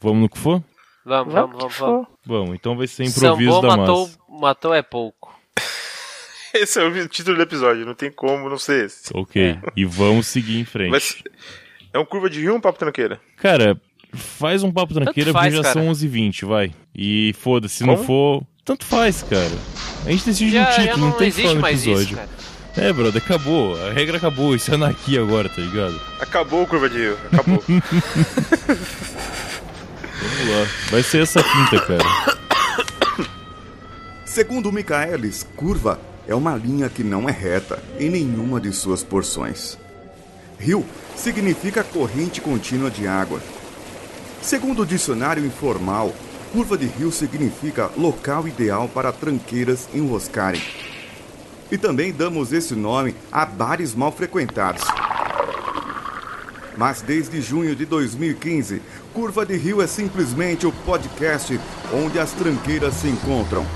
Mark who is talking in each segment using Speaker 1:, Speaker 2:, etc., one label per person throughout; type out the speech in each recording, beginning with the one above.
Speaker 1: Vamos no que for?
Speaker 2: Vamos, vamos, vamos. vamos.
Speaker 1: Vamos, então vai ser improviso
Speaker 2: Sambô
Speaker 1: da
Speaker 2: matou,
Speaker 1: massa.
Speaker 2: matou é pouco.
Speaker 3: Esse é o título do episódio, não tem como não ser esse.
Speaker 1: Ok,
Speaker 2: É.
Speaker 1: e vamos seguir em frente.
Speaker 3: Mas é um curva de rio ou um papo tranqueira?
Speaker 1: Cara, faz um papo tranqueira,
Speaker 2: faz,
Speaker 1: porque já
Speaker 2: cara.
Speaker 1: são 11h20, vai. E foda-se, se não
Speaker 3: Como?
Speaker 1: for... Tanto faz, cara. A gente decide um
Speaker 2: Já,
Speaker 1: título,
Speaker 2: já
Speaker 1: não,
Speaker 2: não,
Speaker 1: tem que falar
Speaker 2: existe
Speaker 1: no
Speaker 2: mais
Speaker 1: episódio.
Speaker 2: isso, cara.
Speaker 1: É, brother, acabou. A regra acabou. Isso é anarquia agora, tá ligado?
Speaker 3: Acabou o curva de rio, acabou.
Speaker 1: Vamos lá. Vai ser essa quinta, cara.
Speaker 4: Segundo Michaelis, curva é uma linha que não é reta em nenhuma de suas porções. Rio significa corrente contínua de água. Segundo o dicionário informal, curva de rio significa local ideal para tranqueiras enroscarem. E também damos esse nome a bares mal frequentados. Mas desde junho de 2015, Curva de Rio é simplesmente o podcast onde as tranqueiras se encontram.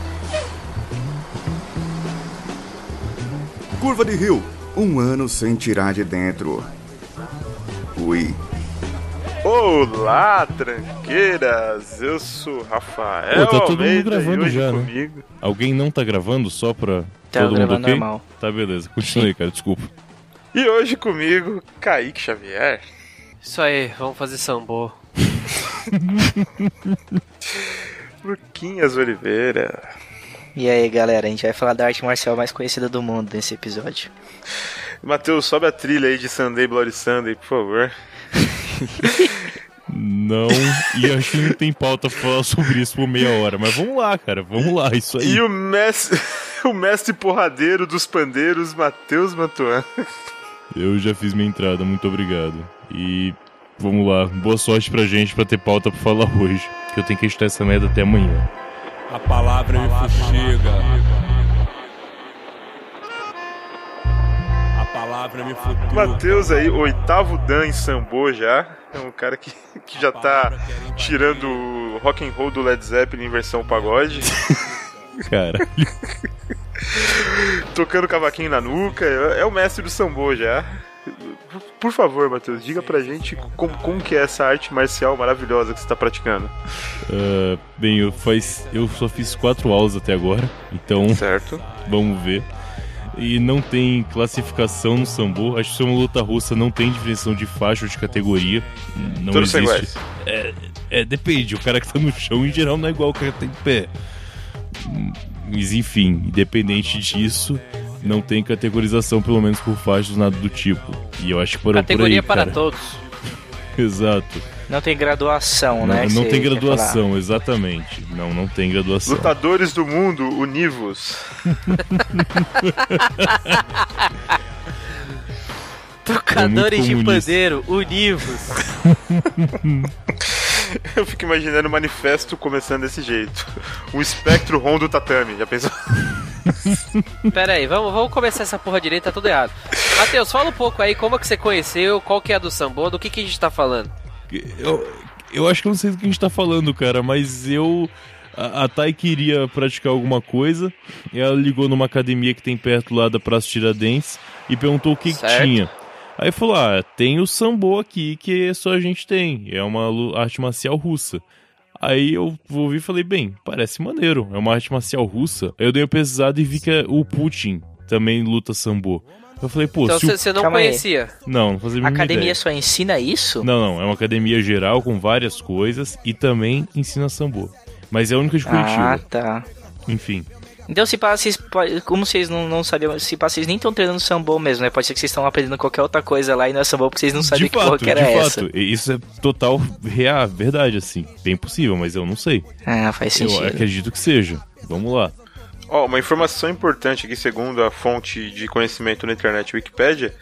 Speaker 4: Curva de Rio, um ano sem tirar de dentro. Ui.
Speaker 3: Olá, tranqueiras! Eu sou o Rafael.
Speaker 1: Pô, tá todo mundo
Speaker 3: Almeida,
Speaker 1: gravando
Speaker 3: e hoje
Speaker 1: já, né?
Speaker 3: comigo.
Speaker 1: Alguém não tá gravando só pra
Speaker 5: Tá
Speaker 1: todo mundo
Speaker 5: gravando
Speaker 1: ok?
Speaker 5: normal.
Speaker 1: Tá, beleza. Continue, cara. Desculpa.
Speaker 3: E hoje comigo, Kaique Xavier.
Speaker 2: Isso aí, vamos fazer sambô.
Speaker 3: Luquinhas Oliveira.
Speaker 5: E aí, galera, a gente vai falar da arte marcial mais conhecida do mundo nesse episódio.
Speaker 3: Matheus, sobe a trilha aí de Sunday Bloody Sunday, por favor.
Speaker 1: Não. E acho que não tem pauta pra falar sobre isso por meia hora. Mas vamos lá, cara. Vamos lá. Isso aí.
Speaker 3: E o mestre, o mestre porradeiro dos pandeiros, Matheus Mantuan.
Speaker 1: Eu já fiz minha entrada. Muito obrigado. E vamos lá. Boa sorte pra gente pra ter pauta pra falar hoje. Que eu tenho que editar essa merda até amanhã.
Speaker 6: A palavra me fustiga. A palavra me fustiga.
Speaker 3: Matheus aí, oitavo Dan em Sambô já. É um cara que, que já tá tirando o rock and roll do Led Zeppelin em versão pagode.
Speaker 1: Cara.
Speaker 3: tocando cavaquinho na nuca, é o mestre do sambo já. Por favor, Matheus, diga pra gente como, como que é essa arte marcial maravilhosa que você tá praticando.
Speaker 1: ah, bem, eu, faz, eu só fiz quatro aulas até agora. Então.
Speaker 3: Certo.
Speaker 1: Vamos ver. E não tem classificação no sambo. Acho que se é uma luta russa, não tem definição de faixa ou de categoria. Não
Speaker 3: Todos são
Speaker 1: existe.
Speaker 3: iguais.
Speaker 1: É, depende. O cara que tá no chão, em geral, não é igual o cara que tá em pé. Mas, enfim, independente disso, não tem categorização, pelo menos por faixas, nada do tipo. E eu acho que foram
Speaker 2: Categoria
Speaker 1: por aí,
Speaker 2: para
Speaker 1: cara. É
Speaker 2: todos.
Speaker 1: Exato.
Speaker 5: Não tem graduação,
Speaker 1: Não,
Speaker 5: né? que
Speaker 1: não
Speaker 5: você
Speaker 1: tem
Speaker 5: quer falar.
Speaker 1: graduação, exatamente. Não, não tem graduação.
Speaker 3: Lutadores do mundo, univos.
Speaker 2: Tocadores de
Speaker 1: comunista.
Speaker 2: pandeiro, univos.
Speaker 3: Eu fico imaginando o manifesto começando desse jeito. O espectro rondo tatame, já pensou?
Speaker 2: Pera aí, vamos, vamos começar essa porra direito, tá tudo errado. Matheus, fala um pouco aí, como é que você conheceu, qual que é a do sambô, do que, que a gente tá falando?
Speaker 1: Eu, eu acho que eu não sei do que a gente tá falando, cara, mas eu. A, a Thay queria praticar alguma coisa, e ela ligou numa academia que tem perto lá da Praça Tiradentes e perguntou o que, que
Speaker 2: Certo.
Speaker 1: tinha. Aí falou: Ah, tem o sambo aqui que só a gente tem, é uma lu- arte marcial russa. Aí eu ouvi e falei: Bem, parece maneiro, é uma arte marcial russa. Aí eu dei uma pesquisada e vi que é o Putin também luta sambo. Eu falei: Pô,
Speaker 2: então
Speaker 1: se o-
Speaker 2: você você não
Speaker 5: Calma aí.
Speaker 2: conhecia.
Speaker 1: Não, não fazia a
Speaker 5: A
Speaker 1: mínima
Speaker 5: academia
Speaker 1: ideia.
Speaker 5: só ensina isso?
Speaker 1: Não, não. É uma academia geral com várias coisas e também ensina sambo. Mas é a única de Curitiba.
Speaker 5: Ah, tá.
Speaker 1: Enfim.
Speaker 5: Então, se pá, vocês, po- como vocês não, não sabiam, se pá, vocês nem estão treinando sambo mesmo, né? Pode ser que vocês estão aprendendo qualquer outra coisa lá e não é sambo porque vocês não sabem
Speaker 1: de
Speaker 5: que porra
Speaker 1: fato,
Speaker 5: que era
Speaker 1: de
Speaker 5: essa.
Speaker 1: fato. E Isso é total real, verdade, assim. Bem possível, mas eu não sei.
Speaker 5: Ah, faz sentido.
Speaker 1: Eu acredito que seja. Vamos lá.
Speaker 3: Ó, uma informação importante aqui, segundo a fonte de conhecimento na internet Wikipedia,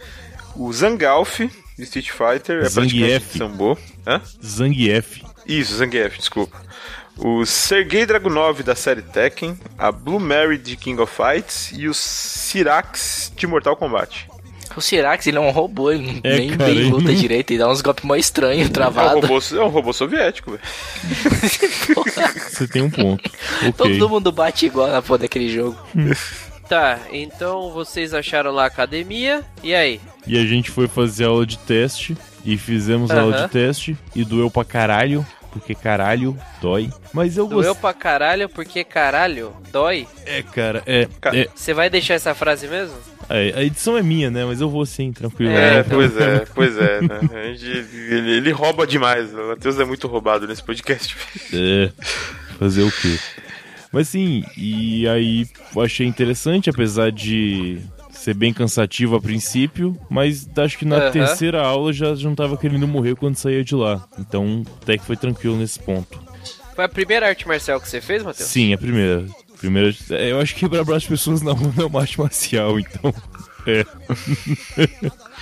Speaker 3: o Zangalf de Street Fighter é praticante
Speaker 1: Zangief.
Speaker 3: de sambo. Hã?
Speaker 1: Zangief.
Speaker 3: Isso, Zangief, desculpa. O Sergei Dragunov da série Tekken, a Blue Mary de King of Fights e o Sirax de Mortal Kombat.
Speaker 5: O Sirax, ele é um robô, ele
Speaker 1: É,
Speaker 5: nem,
Speaker 1: cara,
Speaker 5: nem
Speaker 1: ele
Speaker 5: luta
Speaker 1: não-
Speaker 5: direito, ele dá uns golpes mó estranhos,
Speaker 3: É um
Speaker 5: travado.
Speaker 3: robô, é um robô soviético, velho.
Speaker 1: Você tem um ponto. ok.
Speaker 5: Todo mundo bate igual na porra daquele jogo.
Speaker 2: Tá, então vocês acharam lá a academia, e aí?
Speaker 1: E a gente foi fazer aula de teste. E fizemos
Speaker 2: Aham.
Speaker 1: aula de teste. E doeu pra caralho. porque caralho dói. Mas eu
Speaker 2: Doeu
Speaker 1: gostei.
Speaker 2: pra caralho porque caralho dói.
Speaker 1: É, cara, é,
Speaker 3: Ca-
Speaker 1: é,
Speaker 2: Você vai deixar essa frase mesmo?
Speaker 1: é, A edição é minha, né? Mas eu vou sim, tranquilo.
Speaker 3: É,
Speaker 2: É, então.
Speaker 3: pois é, pois é. Né? A gente- ele, ele rouba demais. O Matheus é muito roubado nesse podcast.
Speaker 1: É, fazer o quê? Mas sim, e aí eu achei interessante, apesar de ser bem cansativo a princípio, mas acho que na
Speaker 2: Aham.
Speaker 1: terceira aula já já não tava querendo morrer quando saía de lá. Então até que foi tranquilo nesse ponto.
Speaker 2: Foi a primeira arte marcial que você fez, Matheus?
Speaker 1: Sim, é a primeira. Primeira, é, eu acho que quebrar braço de pessoas na rua não é uma arte marcial, então.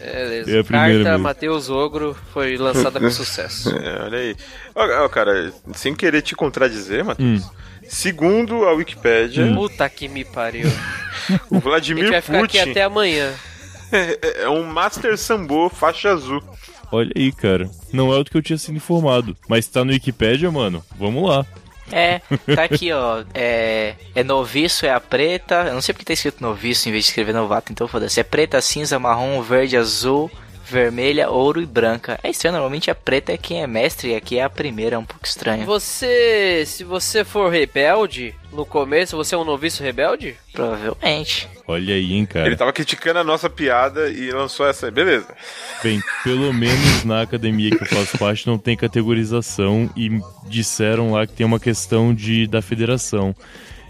Speaker 1: É.
Speaker 2: Beleza.
Speaker 1: É a primeira
Speaker 2: Carta
Speaker 1: mesmo.
Speaker 2: Matheus Ogro foi lançada com sucesso.
Speaker 3: É, olha aí. Ó, ó, cara, sem querer te contradizer, Matheus.
Speaker 1: Hum.
Speaker 3: Segundo a Wikipédia,
Speaker 1: É.
Speaker 2: Puta que me pariu.
Speaker 1: Hum.
Speaker 3: o
Speaker 2: A gente
Speaker 3: Vladimir
Speaker 2: vai ficar aqui
Speaker 3: Putin
Speaker 2: até amanhã.
Speaker 3: é, é um Master Sambo faixa azul.
Speaker 1: Olha aí, cara. Não é o que eu tinha sido informado. Mas tá no Wikipedia, mano. Vamos lá.
Speaker 5: É, tá aqui, ó. É, é noviço, é a preta. Eu não sei porque tá escrito noviço em vez de escrever novato, então foda-se. É preta, cinza, marrom, verde, azul, vermelha, ouro e branca. É estranho, normalmente a preta é quem é mestre e aqui é a primeira, é um pouco estranho.
Speaker 2: Você, se você for rebelde, no começo você é um noviço rebelde?
Speaker 5: Provavelmente.
Speaker 1: Olha aí, hein, cara.
Speaker 3: Ele tava criticando a nossa piada e lançou essa aí. Beleza.
Speaker 1: Bem, pelo menos na academia que eu faço parte não tem categorização e disseram lá que tem uma questão de da federação,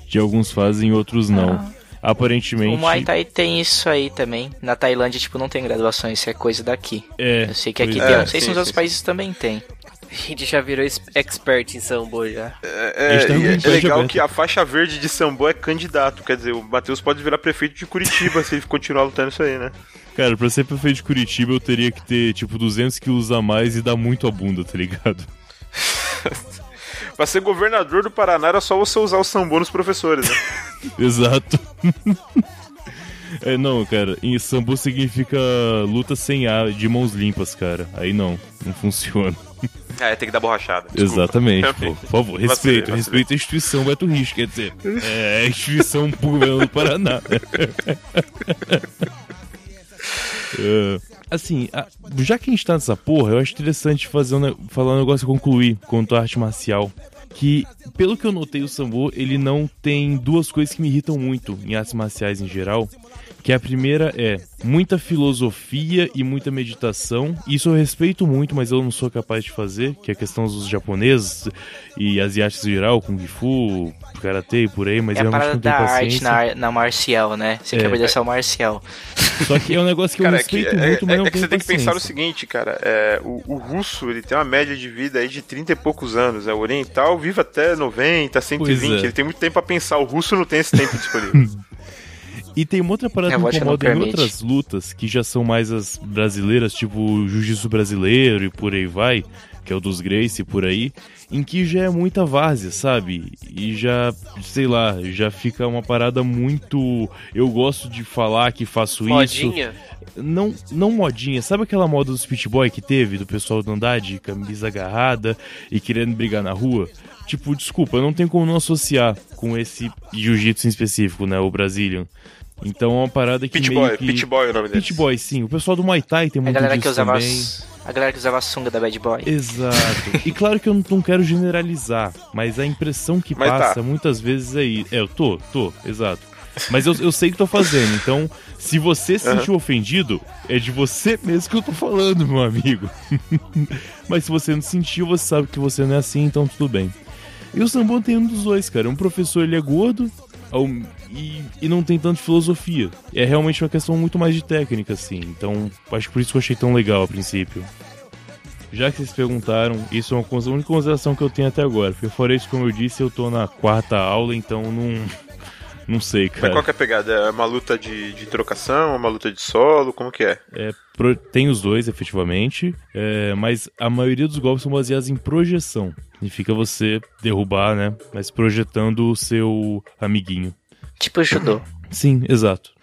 Speaker 1: de alguns fazem, outros não.
Speaker 5: Ah.
Speaker 1: Aparentemente,
Speaker 5: O Muay Thai tem isso aí também. Na Tailândia, tipo, não tem graduação, isso é coisa daqui.
Speaker 1: é.
Speaker 5: Eu sei que aqui
Speaker 1: pois
Speaker 5: tem,
Speaker 1: é.
Speaker 5: não sei se
Speaker 3: sim,
Speaker 5: nos outros
Speaker 3: sim,
Speaker 5: países também tem.
Speaker 2: A gente já virou es- expert em sambo já.
Speaker 3: É,
Speaker 1: Eles tão
Speaker 3: e
Speaker 1: com um
Speaker 3: é- é
Speaker 1: peixe
Speaker 3: legal
Speaker 1: aberto.
Speaker 3: que a faixa verde de Sambo é candidato. Quer dizer, o Matheus pode virar prefeito de Curitiba se ele continuar lutando isso aí, né?
Speaker 1: Cara, pra ser prefeito de Curitiba eu teria que ter tipo 200 quilos a mais e dar muito a bunda, tá ligado?
Speaker 3: Pra ser governador do Paraná era só você usar o Sambo nos professores, né?
Speaker 1: Exato. É, não, cara, em sambo significa luta sem ar, de mãos limpas, cara. Aí não, não funciona.
Speaker 3: Ah, é, tem que dar borrachada.
Speaker 1: Exatamente, pô.
Speaker 3: Realmente.
Speaker 1: Por favor,
Speaker 3: Tá Vacilei,
Speaker 1: respeito,
Speaker 3: vacilei.
Speaker 1: respeito a instituição Beto Rich, quer dizer, é a instituição do governo do Paraná. É, assim, a- já que a gente tá nessa porra, eu acho interessante fazer um, ne- falar um negócio e concluir quanto à arte marcial. Que, pelo que eu notei, o sambo, ele não tem duas coisas que me irritam muito em artes marciais em geral. Que a primeira é muita filosofia e muita meditação. Isso eu respeito muito, mas eu não sou capaz de fazer, que é a questão dos japoneses e asiáticos em geral, Kung Fu, Karatê e por aí, mas
Speaker 5: é a
Speaker 1: eu realmente
Speaker 5: parada
Speaker 1: não tenho
Speaker 5: da arte
Speaker 1: paciência.
Speaker 5: na, ar- na marcial, né? Você
Speaker 1: É.
Speaker 5: quer aprender só o marcial.
Speaker 1: Só que é um negócio que eu
Speaker 3: Cara, é que,
Speaker 1: respeito
Speaker 3: é-
Speaker 1: muito, mas
Speaker 3: é-
Speaker 1: não
Speaker 3: é que
Speaker 1: tenho
Speaker 3: você tem que pensar no
Speaker 1: paciência.
Speaker 3: seguinte, cara. é, o, o russo, ele tem uma média de vida aí de 30 e poucos anos. Né? O oriental vive até 90, 120.
Speaker 1: Pois é.
Speaker 3: Ele tem muito tempo pra pensar. O russo não tem esse tempo disponível.
Speaker 1: E tem uma outra parada
Speaker 5: É,
Speaker 1: que me
Speaker 5: vodka não
Speaker 1: incomoda em
Speaker 5: permite.
Speaker 1: outras lutas, que já são mais as brasileiras, tipo o jiu-jitsu brasileiro e por aí vai, que é o dos Grace e por aí, em que já é muita várzea, sabe? E já, sei lá, já fica uma parada muito. Eu gosto de falar que faço isso.
Speaker 2: Modinha.
Speaker 1: Não, não modinha, sabe aquela moda dos pit boy que teve, do pessoal do andar de camisa agarrada e querendo brigar na rua? Tipo, desculpa, eu não tenho como não associar com esse jiu-jitsu em específico, né? O Brazilian. Então é uma parada que.
Speaker 3: Pit
Speaker 1: meio
Speaker 3: Boy,
Speaker 1: que...
Speaker 3: Pit Boy é o nome dele.
Speaker 1: Pit Boy, sim. O pessoal do Muay Thai tem
Speaker 5: A
Speaker 1: muito
Speaker 5: galera
Speaker 1: disso
Speaker 5: que usava.
Speaker 1: também.
Speaker 5: as- A galera que usava a sunga da Bad Boy.
Speaker 1: Exato. E claro que eu não, não quero generalizar, mas a impressão que
Speaker 3: Mas tá.
Speaker 1: passa muitas vezes é isso. É, eu tô, tô, exato. Mas eu, eu sei o que tô fazendo, então se você se sentiu ofendido, é de você mesmo que eu tô falando, meu amigo. mas se você não sentiu, você sabe que você não é assim, então tudo bem. E o Sambon tem um dos dois, cara. Um professor, ele é gordo ao- e, e não tem tanto filosofia. É realmente uma questão muito mais de técnica, assim. Então, acho que por isso que eu achei tão legal a princípio. Já que vocês perguntaram, isso é uma coisa, a única consideração que eu tenho até agora. Porque fora isso, como eu disse, eu tô na quarta aula, então não... Não sei,
Speaker 3: Mas qual
Speaker 1: cara.
Speaker 3: que é a pegada? É uma luta de, de trocação? Uma luta de solo? Como que é?
Speaker 1: É, pro- tem os dois, efetivamente. é, mas a maioria dos golpes são baseados em projeção. Significa você derrubar, né? Mas projetando o seu amiguinho.
Speaker 5: Tipo judô.
Speaker 1: Sim, exato.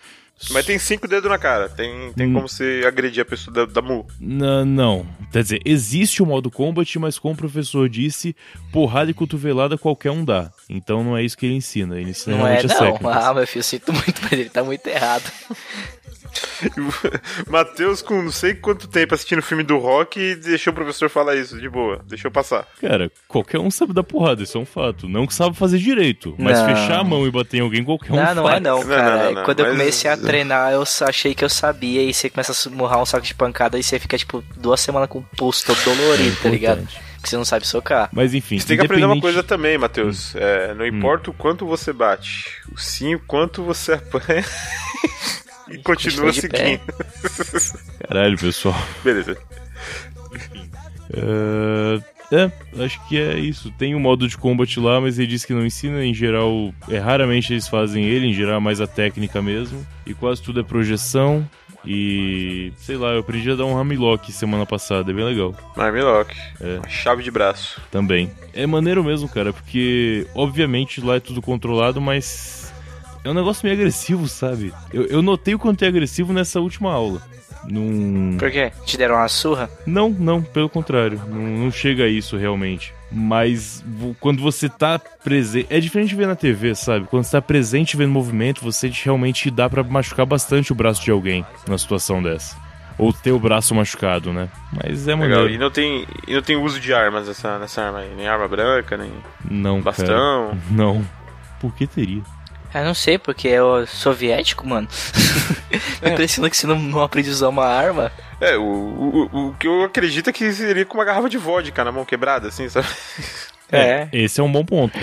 Speaker 3: Mas tem cinco dedos na cara. Tem, tem
Speaker 1: Hum.
Speaker 3: como você agredir a pessoa da, da mu.
Speaker 1: Na- não. Quer dizer, existe o modo combat, mas como o professor disse, porrada e cotovelada qualquer um dá. Então não é isso que ele ensina. Ele ensina
Speaker 5: Não é,
Speaker 1: realmente as
Speaker 5: não.
Speaker 1: técnicas.
Speaker 5: Ah, meu filho, eu sinto muito, mas ele tá muito errado.
Speaker 3: Matheus, com não sei quanto tempo assistindo o filme do rock, e deixou o professor falar isso, de boa. Deixou passar.
Speaker 1: Cara, qualquer um sabe dar porrada, isso é um fato. Não que sabe fazer direito, mas
Speaker 5: Não.
Speaker 1: fechar a mão e bater em alguém, qualquer um
Speaker 5: não, não
Speaker 1: faz.
Speaker 5: é não,
Speaker 3: Não,
Speaker 5: cara.
Speaker 3: não, não, não,
Speaker 5: Quando eu
Speaker 3: mas- é.
Speaker 5: comecei a treinar, eu sa- achei que eu sabia, e você começa a su- murrar um saco de pancada, e você fica, tipo, duas semanas com o pulso todo dolorido, tá ligado?
Speaker 1: É Importante.
Speaker 5: Porque você não sabe socar.
Speaker 1: Mas enfim,
Speaker 3: Você tem que aprender uma
Speaker 1: independente- Hum.
Speaker 3: coisa também, Matheus. É, não importa o quanto você bate, sim o quanto você apanha e continua
Speaker 5: Continua de
Speaker 3: seguindo.
Speaker 1: Caralho, pessoal.
Speaker 3: Beleza.
Speaker 1: É, é, acho que é isso. Tem um modo de combate lá, mas ele disse que não ensina. Em geral, é, raramente eles fazem ele, em geral é mais a técnica mesmo. E quase tudo é projeção. E sei lá, eu aprendi a dar um hamlock semana passada, é bem legal
Speaker 3: Marmilock.
Speaker 1: É.
Speaker 3: Uma Chave de braço.
Speaker 1: também. É maneiro mesmo, cara, porque obviamente lá é tudo controlado, mas é um negócio meio agressivo, sabe? Eu, eu notei o quanto é agressivo nessa última aula. Num...
Speaker 5: Por quê? Te deram uma surra?
Speaker 1: Não, não, pelo contrário. Não, não chega a isso realmente. Mas vo- quando você tá presente. É diferente de ver na TV, sabe? Quando você tá presente vendo movimento, você te- realmente dá pra machucar bastante o braço de alguém numa situação dessa. Ou ter o braço machucado, né? Mas é
Speaker 3: Legal.
Speaker 1: maneiro.
Speaker 3: E não tem, e não tem uso de armas nessa, nessa arma aí. Nem arma branca, nem
Speaker 1: Não, cara.
Speaker 3: bastão.
Speaker 1: Não. Por que teria?
Speaker 5: Ah, não sei, porque é o soviético, mano. Me impressiona que você não, não aprende a usar uma arma.
Speaker 3: É, o, o, o que eu acredito é que seria com uma garrafa de vodka na mão quebrada, assim, sabe?
Speaker 5: É.
Speaker 1: Esse é um bom ponto.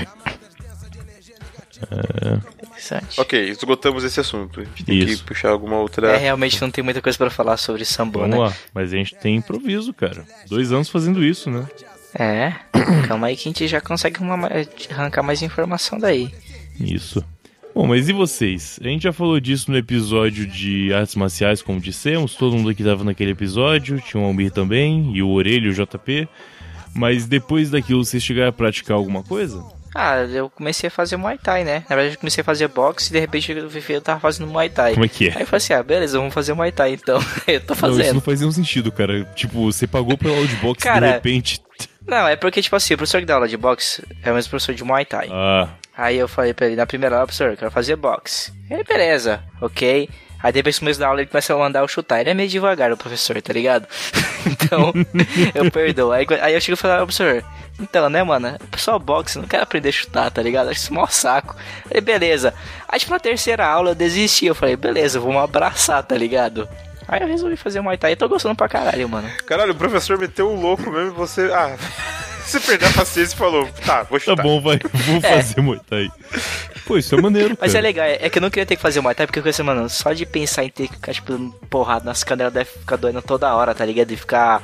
Speaker 5: Interessante.
Speaker 3: ok, esgotamos esse assunto. A gente tem
Speaker 1: Isso.
Speaker 3: que puxar alguma outra.
Speaker 5: É, realmente não tem muita coisa pra falar sobre sambo,
Speaker 1: Vamos
Speaker 5: né?
Speaker 1: lá. Mas a gente tem improviso, cara. Dois anos fazendo isso, né?
Speaker 5: É. Calma aí que a gente já consegue arrumar ma- arrancar mais informação daí.
Speaker 1: Isso. Bom, mas e vocês? A gente já falou disso no episódio de artes marciais, como dissemos, todo mundo que tava naquele episódio, tinha o Almir também, e o Orelha, o JP. Mas depois daquilo, vocês chegaram a praticar alguma coisa?
Speaker 5: Ah, eu comecei a fazer Muay Thai, né? Na verdade, eu comecei a fazer boxe e de repente eu vi que eu tava fazendo Muay Thai.
Speaker 1: Como é que é?
Speaker 5: Aí eu falei assim, ah, beleza, vamos fazer Muay Thai então. eu tô
Speaker 1: Não, isso não
Speaker 5: fazendo.
Speaker 1: faz nenhum sentido, cara. Tipo, você pagou pelo Outbox
Speaker 5: Cara-
Speaker 1: de repente.
Speaker 5: Não... é porque, tipo assim, o professor que dá aula de boxe é o mesmo professor de Muay Thai.
Speaker 1: Ah,
Speaker 5: Aí eu falei pra ele, na primeira aula, professor, eu quero fazer boxe. Ele, beleza, ok. Aí depois no começo da aula ele começa a mandar eu chutar. Ele é meio devagar, o professor, tá ligado? então, eu perdoo. Aí, aí eu chego e falo, "Ah, professor, então, né, mano? Só boxe, não quero aprender a chutar, tá ligado? Acho isso mó saco. Ele, beleza. Aí, tipo, na terceira aula eu desisti. Eu falei, beleza, vamos abraçar, tá ligado? Aí eu resolvi fazer Muay Thai e tô gostando pra caralho, mano.
Speaker 3: Caralho, o professor meteu o louco mesmo e você. Ah, você perdeu a paciência e falou: tá, vou
Speaker 1: tá
Speaker 3: chutar.
Speaker 1: bom, vai. Vou fazer Muay Thai. Pô, isso é maneiro,
Speaker 5: É. Mas é
Speaker 1: cara.
Speaker 5: legal, é é que eu não queria ter que fazer Muay Thai, porque eu pensei, mano, só de pensar em ter que ficar, tipo, dando porrada nas canelas deve ficar doendo toda hora, tá ligado? E ficar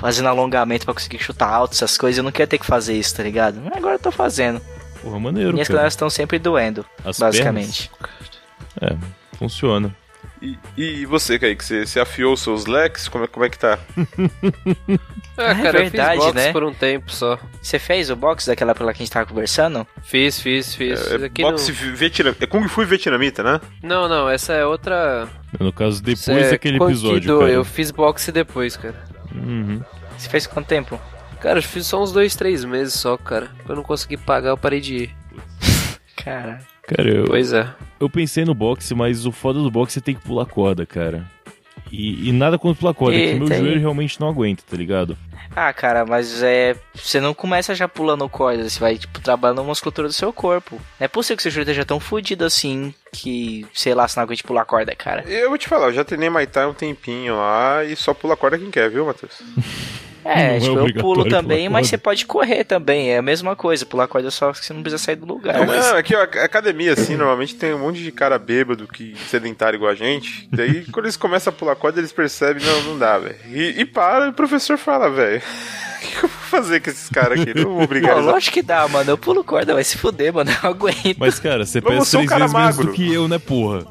Speaker 5: fazendo alongamento pra conseguir chutar alto, essas coisas, eu não queria ter que fazer isso, tá ligado? Mas Agora eu tô fazendo.
Speaker 1: Porra, maneiro,
Speaker 5: Minhas
Speaker 1: cara.
Speaker 5: canelas estão sempre doendo,
Speaker 1: As
Speaker 5: basicamente.
Speaker 1: Funciona.
Speaker 3: E, e você, Kaique, você, você afiou os seus leques? Como, é- como é que tá?
Speaker 2: Ah,
Speaker 5: É
Speaker 2: cara,
Speaker 5: verdade,
Speaker 2: eu fiz box
Speaker 5: né?
Speaker 2: por um tempo só.
Speaker 5: Você fez o box daquela pela que a gente tava conversando?
Speaker 2: Fiz, fiz, fiz. Fiz
Speaker 3: É,
Speaker 2: aqui
Speaker 3: boxe vietnamita. É Kung Fu vietnamita, né?
Speaker 2: no... Não, não, essa é outra.
Speaker 1: No caso, depois
Speaker 2: Isso é
Speaker 1: daquele
Speaker 2: Contido,
Speaker 1: episódio, cara.
Speaker 2: Eu fiz boxe depois, cara.
Speaker 1: Uhum.
Speaker 5: Você fez quanto tempo?
Speaker 2: Cara, eu fiz só uns dois, três meses só, cara. Eu não consegui pagar, eu parei de ir.
Speaker 5: Cara,
Speaker 1: Cara, eu,
Speaker 2: Pois é.
Speaker 1: Eu pensei no boxe, mas o foda do boxe é ter que pular corda, cara. E, e nada contra pular corda, é que meu
Speaker 5: Eita,
Speaker 1: joelho
Speaker 5: aí.
Speaker 1: realmente não aguenta, tá ligado?
Speaker 5: Ah, cara, mas é. Você não começa já pulando corda, você vai, tipo, trabalhando a musculatura do seu corpo. Não é possível que seu joelho esteja tão fudido assim que, sei lá, se não aguente pular corda, cara.
Speaker 3: Eu vou te falar, eu já treinei Muay Thai um tempinho lá e só pula a corda quem quer, viu, Matheus?
Speaker 1: Não
Speaker 5: É,
Speaker 1: é
Speaker 5: tipo, eu
Speaker 1: obrigatório
Speaker 5: pulo
Speaker 1: pular
Speaker 5: também,
Speaker 1: corda.
Speaker 5: mas você pode correr também, é a mesma coisa. Pular corda só que você não precisa sair do lugar.
Speaker 3: Não,
Speaker 5: mas-
Speaker 3: não, é que ó, a academia, assim, normalmente tem um monte de cara bêbado que sedentário igual a gente. Daí, quando eles começam a pular corda, eles percebem, não, não dá, velho. E, e para, e o professor fala, velho. O que, que eu vou fazer com esses caras aqui? Não vou obrigar
Speaker 5: Pô,
Speaker 3: eles a
Speaker 5: lógico que dá, mano. Eu pulo corda, vai se fuder, mano. Eu aguento.
Speaker 1: Mas, cara, você
Speaker 3: Mas
Speaker 1: pesa
Speaker 3: você é um
Speaker 1: três
Speaker 3: cara
Speaker 1: vezes menos do
Speaker 3: magro.
Speaker 1: que eu, né, porra?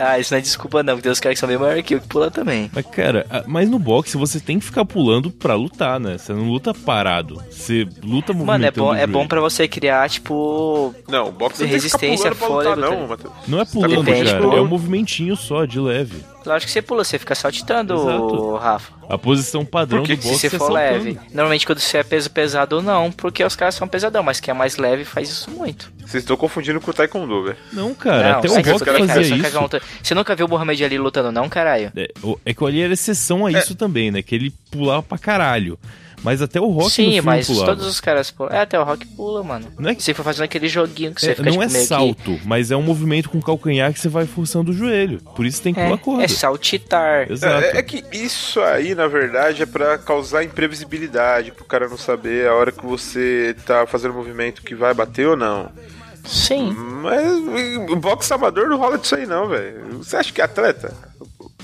Speaker 5: Ah, isso não é desculpa, não, porque tem uns caras que são bem maior que eu que pulam também.
Speaker 1: Mas, cara, a- mas no boxe você tem que ficar pulando pra lutar, né? Você não luta parado. Você luta movimentando
Speaker 5: Mano, é bom,
Speaker 1: o
Speaker 5: é bom
Speaker 1: joelho.
Speaker 5: pra você criar, tipo.
Speaker 3: Não, o boxe não tem que ficar
Speaker 5: Resistência,
Speaker 3: pulando pra lutar,
Speaker 5: fôlego,
Speaker 3: não,
Speaker 5: tá- tipo,
Speaker 3: Matheus.
Speaker 1: Não é pulando,
Speaker 5: Depende,
Speaker 1: cara.
Speaker 5: pô.
Speaker 1: É um movimentinho só, de leve.
Speaker 5: Lógico que você pula, você fica saltitando,
Speaker 1: Exato.
Speaker 5: Rafa.
Speaker 1: A posição padrão
Speaker 3: Por que
Speaker 1: do
Speaker 3: que
Speaker 5: Se
Speaker 1: boxe
Speaker 5: você
Speaker 1: é
Speaker 5: for
Speaker 1: saltando.
Speaker 5: leve. Normalmente quando você é peso pesado ou não, porque os caras são pesadão, mas quem é mais leve faz isso muito.
Speaker 3: Vocês estão confundindo com o Taekwondo, velho.
Speaker 1: Não, cara, até o
Speaker 5: sai
Speaker 1: Rock
Speaker 5: tudo bem, cara,
Speaker 1: fazia
Speaker 5: só é um que
Speaker 1: isso.
Speaker 5: conta- Você nunca viu o Mohamed Ali lutando não, caralho?
Speaker 1: É, o- é que o Ali era exceção a isso também, né? Que ele pulava pra caralho. Mas até o Rock no
Speaker 5: Sim,
Speaker 1: filme
Speaker 5: mas
Speaker 1: pulava.
Speaker 5: todos os caras pulam. É, até o Rock pula, mano.
Speaker 1: Não é que-
Speaker 5: Você foi fazendo aquele joguinho que você
Speaker 1: É,
Speaker 5: fica
Speaker 1: não
Speaker 5: tipo,
Speaker 1: é
Speaker 5: meio que-
Speaker 1: salto, mas é um movimento com o calcanhar que você vai forçando o joelho. Por isso tem que pular
Speaker 5: É,
Speaker 1: corda.
Speaker 5: é saltitar.
Speaker 1: Exato.
Speaker 3: É, é que isso aí, na verdade, é pra causar imprevisibilidade, pro cara não saber a hora que você tá fazendo movimento que vai bater ou não.
Speaker 5: Sim.
Speaker 3: Mas o boxe amador não rola disso aí, não, velho. Você acha que é atleta?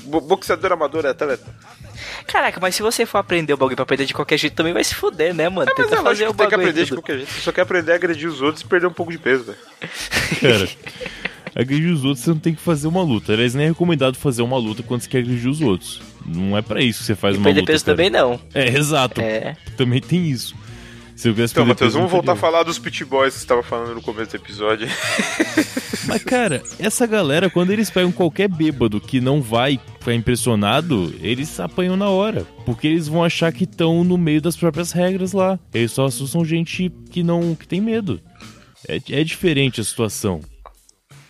Speaker 3: Bo- Boxeador amador é atleta?
Speaker 5: Caraca, mas se você for aprender o bagulho pra aprender de qualquer jeito, também vai se fuder, né, mano?
Speaker 3: Mas
Speaker 5: Tenta
Speaker 3: é
Speaker 5: fazer
Speaker 3: lógico
Speaker 5: o
Speaker 3: que tem que
Speaker 5: bagulho.
Speaker 3: aprender de
Speaker 5: tudo.
Speaker 3: qualquer jeito. Você só quer aprender a agredir os outros e perder um pouco de peso, velho.
Speaker 1: Cara, agredir os outros você não tem que fazer uma luta. Aliás, nem é recomendado fazer uma luta quando você quer agredir os outros. Não é pra isso que você faz
Speaker 5: E
Speaker 1: uma luta.
Speaker 5: perder peso
Speaker 1: cara.
Speaker 5: também não.
Speaker 1: É, exato.
Speaker 5: É.
Speaker 1: Também tem isso. Se eu quisesse
Speaker 3: Então,
Speaker 1: perder
Speaker 3: Matheus,
Speaker 1: peso,
Speaker 3: vamos voltar
Speaker 1: não
Speaker 3: a falar dos pit boys que você tava falando no começo do episódio.
Speaker 1: Mas, cara, essa galera, quando eles pegam qualquer bêbado que não vai ficar impressionado, eles apanham na hora. Porque eles vão achar que estão no meio das próprias regras lá. Eles só assustam gente que não. que tem medo. É, é diferente a situação.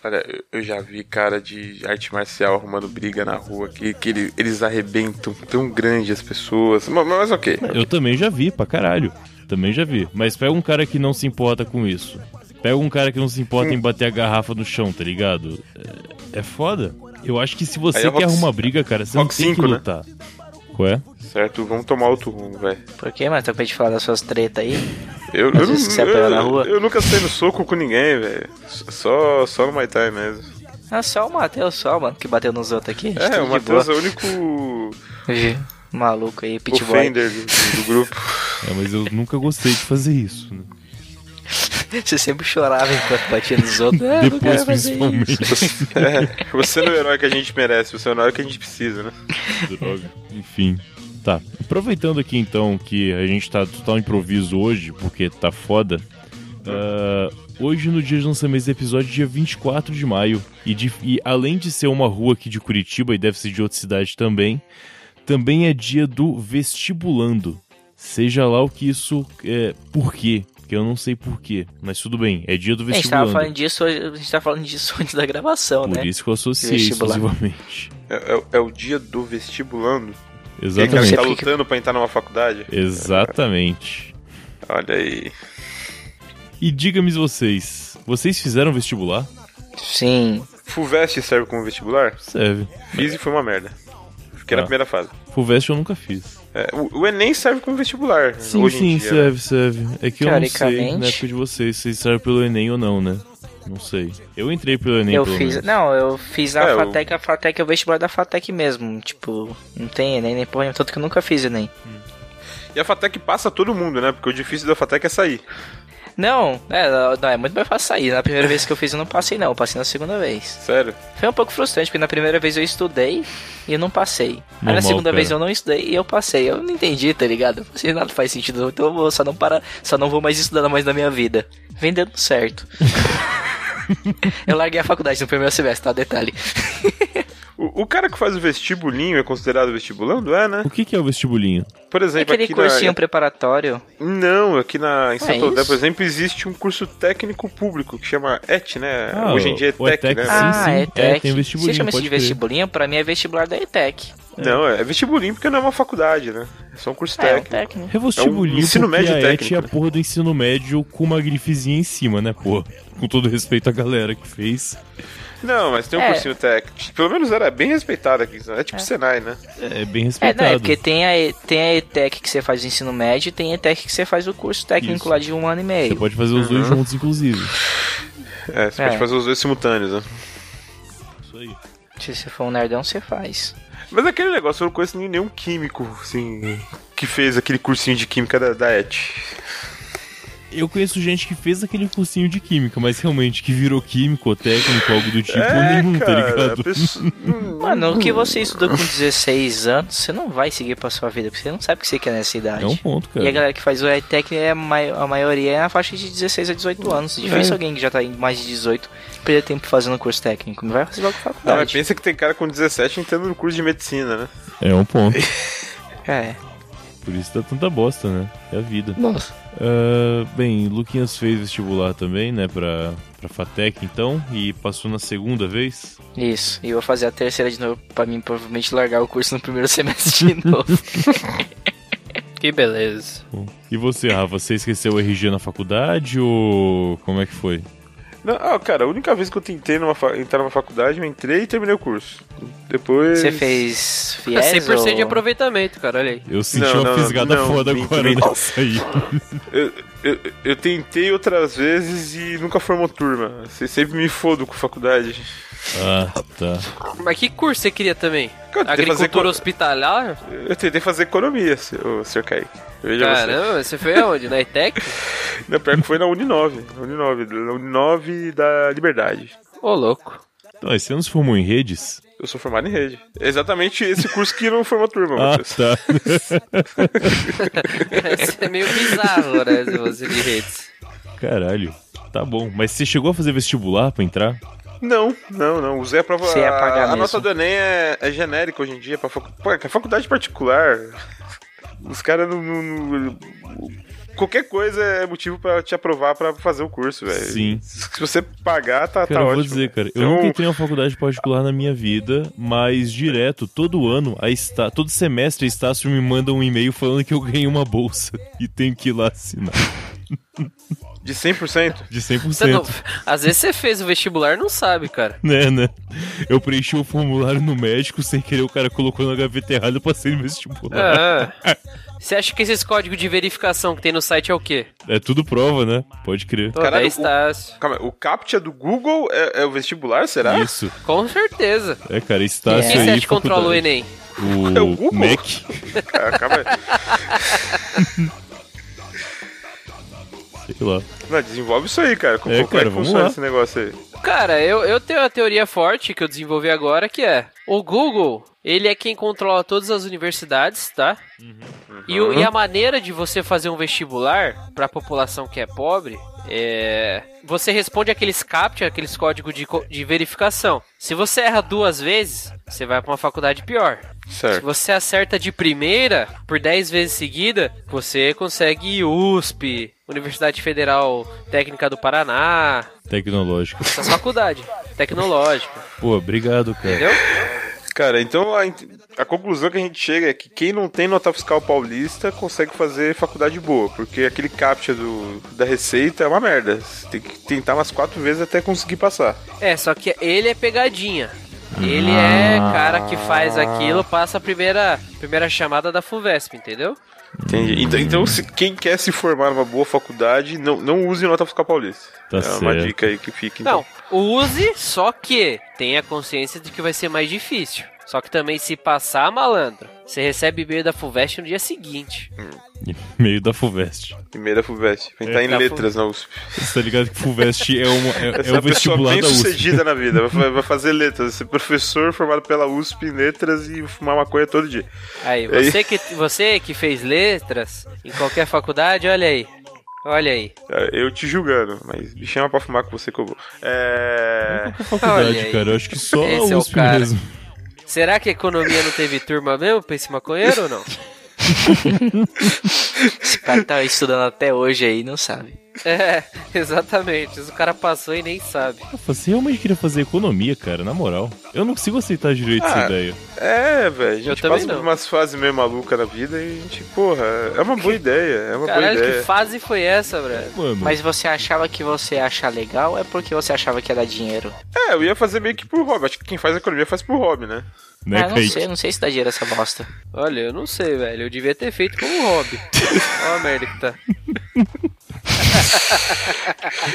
Speaker 3: Cara, eu- eu já vi cara de arte marcial arrumando briga na rua aqui, que ele- eles arrebentam tão grande as pessoas. Ma- Mas, ok.
Speaker 1: Eu também já vi, pra caralho. Também já vi. Mas pega um cara que não se importa com isso. Pega um cara que não se importa em bater a garrafa no chão, tá ligado? É, é foda. Eu acho que se
Speaker 3: Aí
Speaker 1: você
Speaker 3: é
Speaker 1: quer
Speaker 3: Rock-
Speaker 1: arrumar briga, cara, você não
Speaker 3: Rock
Speaker 1: tem que
Speaker 3: cinco, né?
Speaker 1: lutar. Qual é?
Speaker 3: Certo, vamos tomar outro rumo, velho.
Speaker 5: Por quê, mano? Tô com medo de falar das suas tretas aí.
Speaker 3: Eu,
Speaker 5: Às
Speaker 3: eu,
Speaker 5: vezes você
Speaker 3: não-
Speaker 5: apanha
Speaker 3: eu-
Speaker 5: na rua.
Speaker 3: eu nunca saí no soco com ninguém, velho. Só, só no Muay Thai mesmo.
Speaker 5: Ah, só o Matheus, só, mano, que bateu nos outros aqui.
Speaker 3: É, o Matheus é o único
Speaker 5: é... Maluco aí, pitboy.
Speaker 3: offender do, do grupo.
Speaker 1: É, mas eu nunca gostei de fazer isso, né?
Speaker 5: Você sempre chorava enquanto batia nos outros. Ah, não
Speaker 1: Depois,
Speaker 5: quero fazer
Speaker 1: principalmente.
Speaker 5: isso.
Speaker 3: É, você não é o herói que a gente merece, você é o herói que a gente precisa, né?
Speaker 1: Droga. Enfim. Tá. Aproveitando aqui então que a gente tá total improviso hoje, porque tá foda. ah, hoje, no dia de lançamento desse episódio, dia 24 de maio, e, de- e além de ser uma rua aqui de Curitiba, e deve ser de outra cidade também, também é dia do vestibulando. Seja lá o que isso é. Por quê? Que eu não sei por quê, mas tudo bem, é dia do
Speaker 5: A gente tava
Speaker 1: vestibulando.
Speaker 5: falando disso, hoje- a gente tava falando disso antes da gravação,
Speaker 1: por
Speaker 5: né?
Speaker 1: isso que eu associei
Speaker 5: Vestibular.
Speaker 1: exclusivamente.
Speaker 3: É, é- é o dia do vestibulando. Que é aquela
Speaker 1: Exatamente.
Speaker 3: que tá
Speaker 5: Você fica-
Speaker 3: lutando pra entrar numa faculdade.
Speaker 1: Exatamente.
Speaker 3: Olha aí.
Speaker 1: E diga-me vocês, vocês fizeram vestibular?
Speaker 5: Sim.
Speaker 3: Fulvestre serve como vestibular?
Speaker 1: Serve.
Speaker 3: Fiz e foi uma merda. Fiquei
Speaker 1: Ah.
Speaker 3: na primeira fase.
Speaker 1: Fulvestre eu nunca fiz.
Speaker 3: É, o, o Enem serve como vestibular. né,
Speaker 1: Sim,
Speaker 3: hoje
Speaker 1: sim,
Speaker 3: em dia.
Speaker 1: serve, serve. É que eu não sei
Speaker 5: Teoricamente.
Speaker 1: na época de vocês, vocês saíram pelo Enem ou não, né? Não sei. Eu entrei pelo Enem,
Speaker 5: eu
Speaker 1: pelo
Speaker 5: fiz.
Speaker 1: menos.
Speaker 5: Não, eu fiz a
Speaker 3: É, o-
Speaker 5: Fatec, a Fatec é o vestibular da Fatec mesmo. Tipo, não tem Enem nem porra nenhuma, tanto que eu nunca fiz Enem.
Speaker 3: E a FATEC passa todo mundo, né? Porque o difícil da FATEC é sair.
Speaker 5: Não, é, não, é muito mais fácil sair. Na primeira vez que eu fiz eu não passei, não, eu passei na segunda vez.
Speaker 3: Sério.
Speaker 5: Foi um pouco frustrante, porque na primeira vez eu estudei e eu não passei. Aí na
Speaker 1: Normal,
Speaker 5: segunda
Speaker 1: cara.
Speaker 5: vez eu não estudei e eu passei. Eu não entendi, tá ligado? Assim, nada faz sentido, então eu vou, só não para, só não vou mais estudar mais na minha vida. Vem dando certo. eu larguei a faculdade no primeiro semestre, tá? Detalhe.
Speaker 3: O, o cara que faz o vestibulinho é considerado vestibulando? É, né?
Speaker 1: O que, que é o vestibulinho?
Speaker 3: Por exemplo,
Speaker 5: Aquele
Speaker 3: aqui
Speaker 5: cursinho
Speaker 3: na...
Speaker 5: preparatório.
Speaker 3: Não, aqui na... em
Speaker 5: Ah, é
Speaker 3: Santo André,
Speaker 5: isso?
Speaker 3: por exemplo, existe um curso técnico público que chama ET, né?
Speaker 1: Ah,
Speaker 3: Hoje em dia é
Speaker 1: o ETEC,
Speaker 3: TEC, né?
Speaker 1: sim.
Speaker 5: ah, é
Speaker 1: É,
Speaker 5: ETEC.
Speaker 1: tem vestibulinho,
Speaker 5: Você chama isso
Speaker 1: pode
Speaker 5: de
Speaker 1: crer.
Speaker 5: vestibulinho? Pra mim é vestibular da ETEC.
Speaker 3: Não, é vestibulinho porque não é uma faculdade, né? É só um curso
Speaker 5: É, é um
Speaker 3: técnico.
Speaker 5: técnico.
Speaker 1: É vestibulinho
Speaker 3: ensino
Speaker 1: porque
Speaker 3: médio
Speaker 1: a
Speaker 3: técnico,
Speaker 1: ET é a
Speaker 3: né?
Speaker 1: porra do ensino médio com uma grifezinha em cima, né, pô? Com todo respeito à galera que fez.
Speaker 3: Não, mas tem um
Speaker 5: É.
Speaker 3: cursinho técnico. Pelo menos era bem respeitado aqui. É tipo Senai, né?
Speaker 1: É bem
Speaker 5: É,
Speaker 1: respeitado.
Speaker 5: não, é porque tem a, E- tem a ETEC que você faz o ensino médio e tem a ETEC que você faz o curso técnico
Speaker 1: Isso.
Speaker 5: lá de um ano e meio.
Speaker 1: Você pode fazer os dois juntos, inclusive.
Speaker 3: É, você
Speaker 5: É.
Speaker 3: pode fazer os dois simultâneos, né?
Speaker 1: Isso aí.
Speaker 5: Se você for um nerdão, você faz.
Speaker 3: Mas é aquele negócio, eu não conheço nenhum químico, assim, que fez aquele cursinho de química da, da ET.
Speaker 1: Eu conheço gente que fez aquele cursinho de química, mas realmente que virou químico ou técnico, algo do tipo, nenhum, tá ligado?
Speaker 3: É, a pessoa- Hum,
Speaker 5: Mano, o que você estudou com 16 anos, você não vai seguir pra sua vida, porque você não sabe o que você quer nessa idade.
Speaker 1: É um ponto, cara.
Speaker 5: E a galera que faz o ETEC, é a, mai- a maioria é na faixa de 16 a 18
Speaker 1: É.
Speaker 5: anos. Difícil alguém que já tá em mais de 18 perder tempo fazendo curso técnico. Não vai
Speaker 1: é
Speaker 5: fazer logo
Speaker 3: Ah, mas
Speaker 5: faculdade.
Speaker 3: pensa que tem cara com 17 entrando no curso de medicina, né?
Speaker 1: É um ponto.
Speaker 5: É.
Speaker 1: Por isso dá tanta bosta, né? É a vida.
Speaker 7: Nossa.
Speaker 1: Ah, bem, Luquinhas fez vestibular também, né? Pra, pra Fatec, então. E passou na segunda vez.
Speaker 5: Isso. E eu vou fazer a terceira de novo pra mim provavelmente largar o curso no primeiro semestre de novo.
Speaker 2: Que beleza.
Speaker 1: Bom, E você, Rafa? Você esqueceu o RG na faculdade ou como é que foi?
Speaker 3: Não, ah, cara, a única vez que eu tentei numa fa- entrar numa faculdade, eu entrei e terminei o curso. Depois.
Speaker 5: Você fez
Speaker 2: É
Speaker 5: fiéis
Speaker 2: 100% de
Speaker 5: ou...
Speaker 2: aproveitamento, cara, olha aí.
Speaker 1: Eu senti
Speaker 3: Não,
Speaker 1: uma
Speaker 3: não,
Speaker 1: fisgada
Speaker 3: não,
Speaker 1: foda
Speaker 3: minto,
Speaker 1: agora
Speaker 3: minto.
Speaker 1: nessa aí.
Speaker 3: Eu, eu, eu tentei outras vezes e nunca formou turma. Você sempre me fodo com faculdade.
Speaker 1: Ah, tá.
Speaker 2: Mas que curso você queria também?
Speaker 3: Cara, eu tentei fazer
Speaker 2: Agricultura
Speaker 3: eco-
Speaker 2: hospitalar?
Speaker 3: Eu tentei fazer economia, seu, seu Kaique. Veja você.
Speaker 2: Caramba, você foi aonde? Na ETEC?
Speaker 3: Não, pior que foi na Uninove. Na Uninove, na Uninove da Liberdade.
Speaker 2: Ô, louco.
Speaker 1: Então, aí você não se formou em redes?
Speaker 3: Eu sou formado em rede. É exatamente esse curso que não formou turma,
Speaker 1: Ah,
Speaker 3: Matheus.
Speaker 1: tá.
Speaker 2: Isso é meio bizarro, né? se Você de redes.
Speaker 1: Caralho. Tá bom. Mas você chegou a fazer vestibular pra entrar?
Speaker 2: Tá
Speaker 3: Não, não, não. Usei a prova.
Speaker 5: Você ia pagar
Speaker 3: a, a
Speaker 5: mesmo.
Speaker 3: nota do Enem é, é genérica hoje em dia. Pra facu... Pô, é que a faculdade particular. Os caras não, não- não- Qualquer coisa é motivo pra te aprovar pra fazer o curso, velho.
Speaker 1: Sim.
Speaker 3: Se você pagar, tá,
Speaker 1: Cara,
Speaker 3: tá
Speaker 1: eu
Speaker 3: ótimo.
Speaker 1: vou dizer, cara, eu
Speaker 3: Então,
Speaker 1: nunca entrei em uma faculdade particular na minha vida, mas direto, todo ano, a está, todo semestre a Estácio me manda um e-mail falando que eu ganhei uma bolsa e tenho que ir lá assinar.
Speaker 3: De 100%?
Speaker 1: De
Speaker 2: Você não-
Speaker 1: 100%,
Speaker 2: Às vezes você fez o vestibular e não sabe, cara.
Speaker 1: né, né? Eu preenchi o formulário no médico, sem querer o cara colocou na gaveta errada e passei no vestibular.
Speaker 2: Ah.
Speaker 3: É.
Speaker 2: Você acha que esses códigos de verificação que tem no site é o quê?
Speaker 1: É tudo prova, né? Pode crer.
Speaker 2: Pô,
Speaker 3: Caralho,
Speaker 2: daí
Speaker 3: o-
Speaker 2: Estácio.
Speaker 3: Calma, o CAPTCHA do Google é, é o vestibular, será?
Speaker 1: Isso.
Speaker 2: Com certeza.
Speaker 1: É, cara, Estácio
Speaker 2: Quem
Speaker 1: aí.
Speaker 2: você acha que controla o
Speaker 1: faculdade.
Speaker 2: Enem?
Speaker 1: O,
Speaker 3: É o Google?
Speaker 1: Mac.
Speaker 3: Cara, calma aí.
Speaker 1: Sei lá.
Speaker 3: Não, desenvolve isso aí, cara. Como
Speaker 1: É,
Speaker 3: é,
Speaker 1: cara,
Speaker 3: que
Speaker 1: vamos
Speaker 3: funciona
Speaker 1: lá.
Speaker 3: esse negócio aí?
Speaker 2: Cara, eu, eu tenho uma teoria forte que eu desenvolvi agora, que é... O Google, ele é quem controla todas as universidades, tá? E, o- e a maneira de você fazer um vestibular pra população que é pobre é... Você responde aqueles CAPTCHA, aqueles códigos de, co- de verificação. Se você erra duas vezes, você vai pra uma faculdade pior. Se
Speaker 3: Certo.
Speaker 2: você acerta de primeira, por 10 vezes seguida, você consegue USP, Universidade Federal Técnica do Paraná,
Speaker 1: Tecnológico.
Speaker 2: essas faculdades, tecnológica,
Speaker 1: Pô, obrigado, cara.
Speaker 2: entendeu?
Speaker 3: Cara, então a, int- a conclusão que a gente chega é que quem não tem nota fiscal paulista consegue fazer faculdade boa, porque aquele captcha do, da receita é uma merda. Você tem que tentar umas quatro vezes até conseguir passar.
Speaker 2: É, só que ele é pegadinha. Ele é cara que faz aquilo, passa a primeira, primeira chamada da FUVESP, entendeu?
Speaker 3: Entendi. Então, então se- quem quer se formar numa boa faculdade, não, não use nota fiscal paulista.
Speaker 1: Tá
Speaker 3: é uma
Speaker 1: certo.
Speaker 3: dica aí que fica. Então.
Speaker 2: Não, use, só que tenha consciência de que vai ser mais difícil. Só que também se passar malandro, você recebe e-mail da FUVEST no dia seguinte.
Speaker 1: Meio da FUVEST.
Speaker 3: Primeira FUVEST. Vai entrar
Speaker 2: É,
Speaker 3: em
Speaker 2: tá
Speaker 3: letras na USP.
Speaker 1: Você tá ligado que FUVEST é, uma, é,
Speaker 3: Essa
Speaker 1: é o
Speaker 3: pessoa
Speaker 1: vestibular
Speaker 3: bem
Speaker 1: da USP.
Speaker 3: sucedida na vida, vai fa- vai fazer letras, vai ser professor formado pela USP em letras e fumar maconha todo dia.
Speaker 2: Aí, você que, você que fez letras em qualquer faculdade, olha aí. Olha aí.
Speaker 3: Cara, Eu te julgando, mas me chama pra fumar com você que eu vou. É.
Speaker 1: Faculdade,
Speaker 2: Olha aí.
Speaker 1: cara. Eu acho que só
Speaker 2: Esse é
Speaker 1: a
Speaker 2: o
Speaker 1: USP
Speaker 2: cara.
Speaker 1: mesmo.
Speaker 2: Será que a economia não teve turma mesmo pra esse maconheiro ou não?
Speaker 5: Esse cara tá estudando até hoje aí e não sabe.
Speaker 2: É, exatamente. O cara passou e nem sabe.
Speaker 1: Rafa, Ah, Você realmente queria fazer economia, cara, na moral. Eu não consigo aceitar direito essa
Speaker 3: Ah.
Speaker 1: ideia.
Speaker 3: É, velho, a
Speaker 2: Eu
Speaker 3: gente
Speaker 2: também
Speaker 3: passa por
Speaker 2: não.
Speaker 3: umas fases meio malucas na vida e a gente, porra, é uma boa ideia, é uma
Speaker 2: Caralho,
Speaker 3: boa
Speaker 2: que
Speaker 3: ideia.
Speaker 2: fase foi essa, Brad?
Speaker 1: Mano,
Speaker 5: Mas você achava que você ia achar legal é porque você achava que ia dar dinheiro.
Speaker 3: É, eu ia fazer meio que por hobby, acho que quem faz economia faz por hobby, né?
Speaker 1: né,
Speaker 5: ah, não
Speaker 1: Kaique?
Speaker 5: sei, não sei se dá dinheiro essa bosta.
Speaker 2: Olha, eu não sei, velho. Eu devia ter feito como hobby. Ó a merda que tá.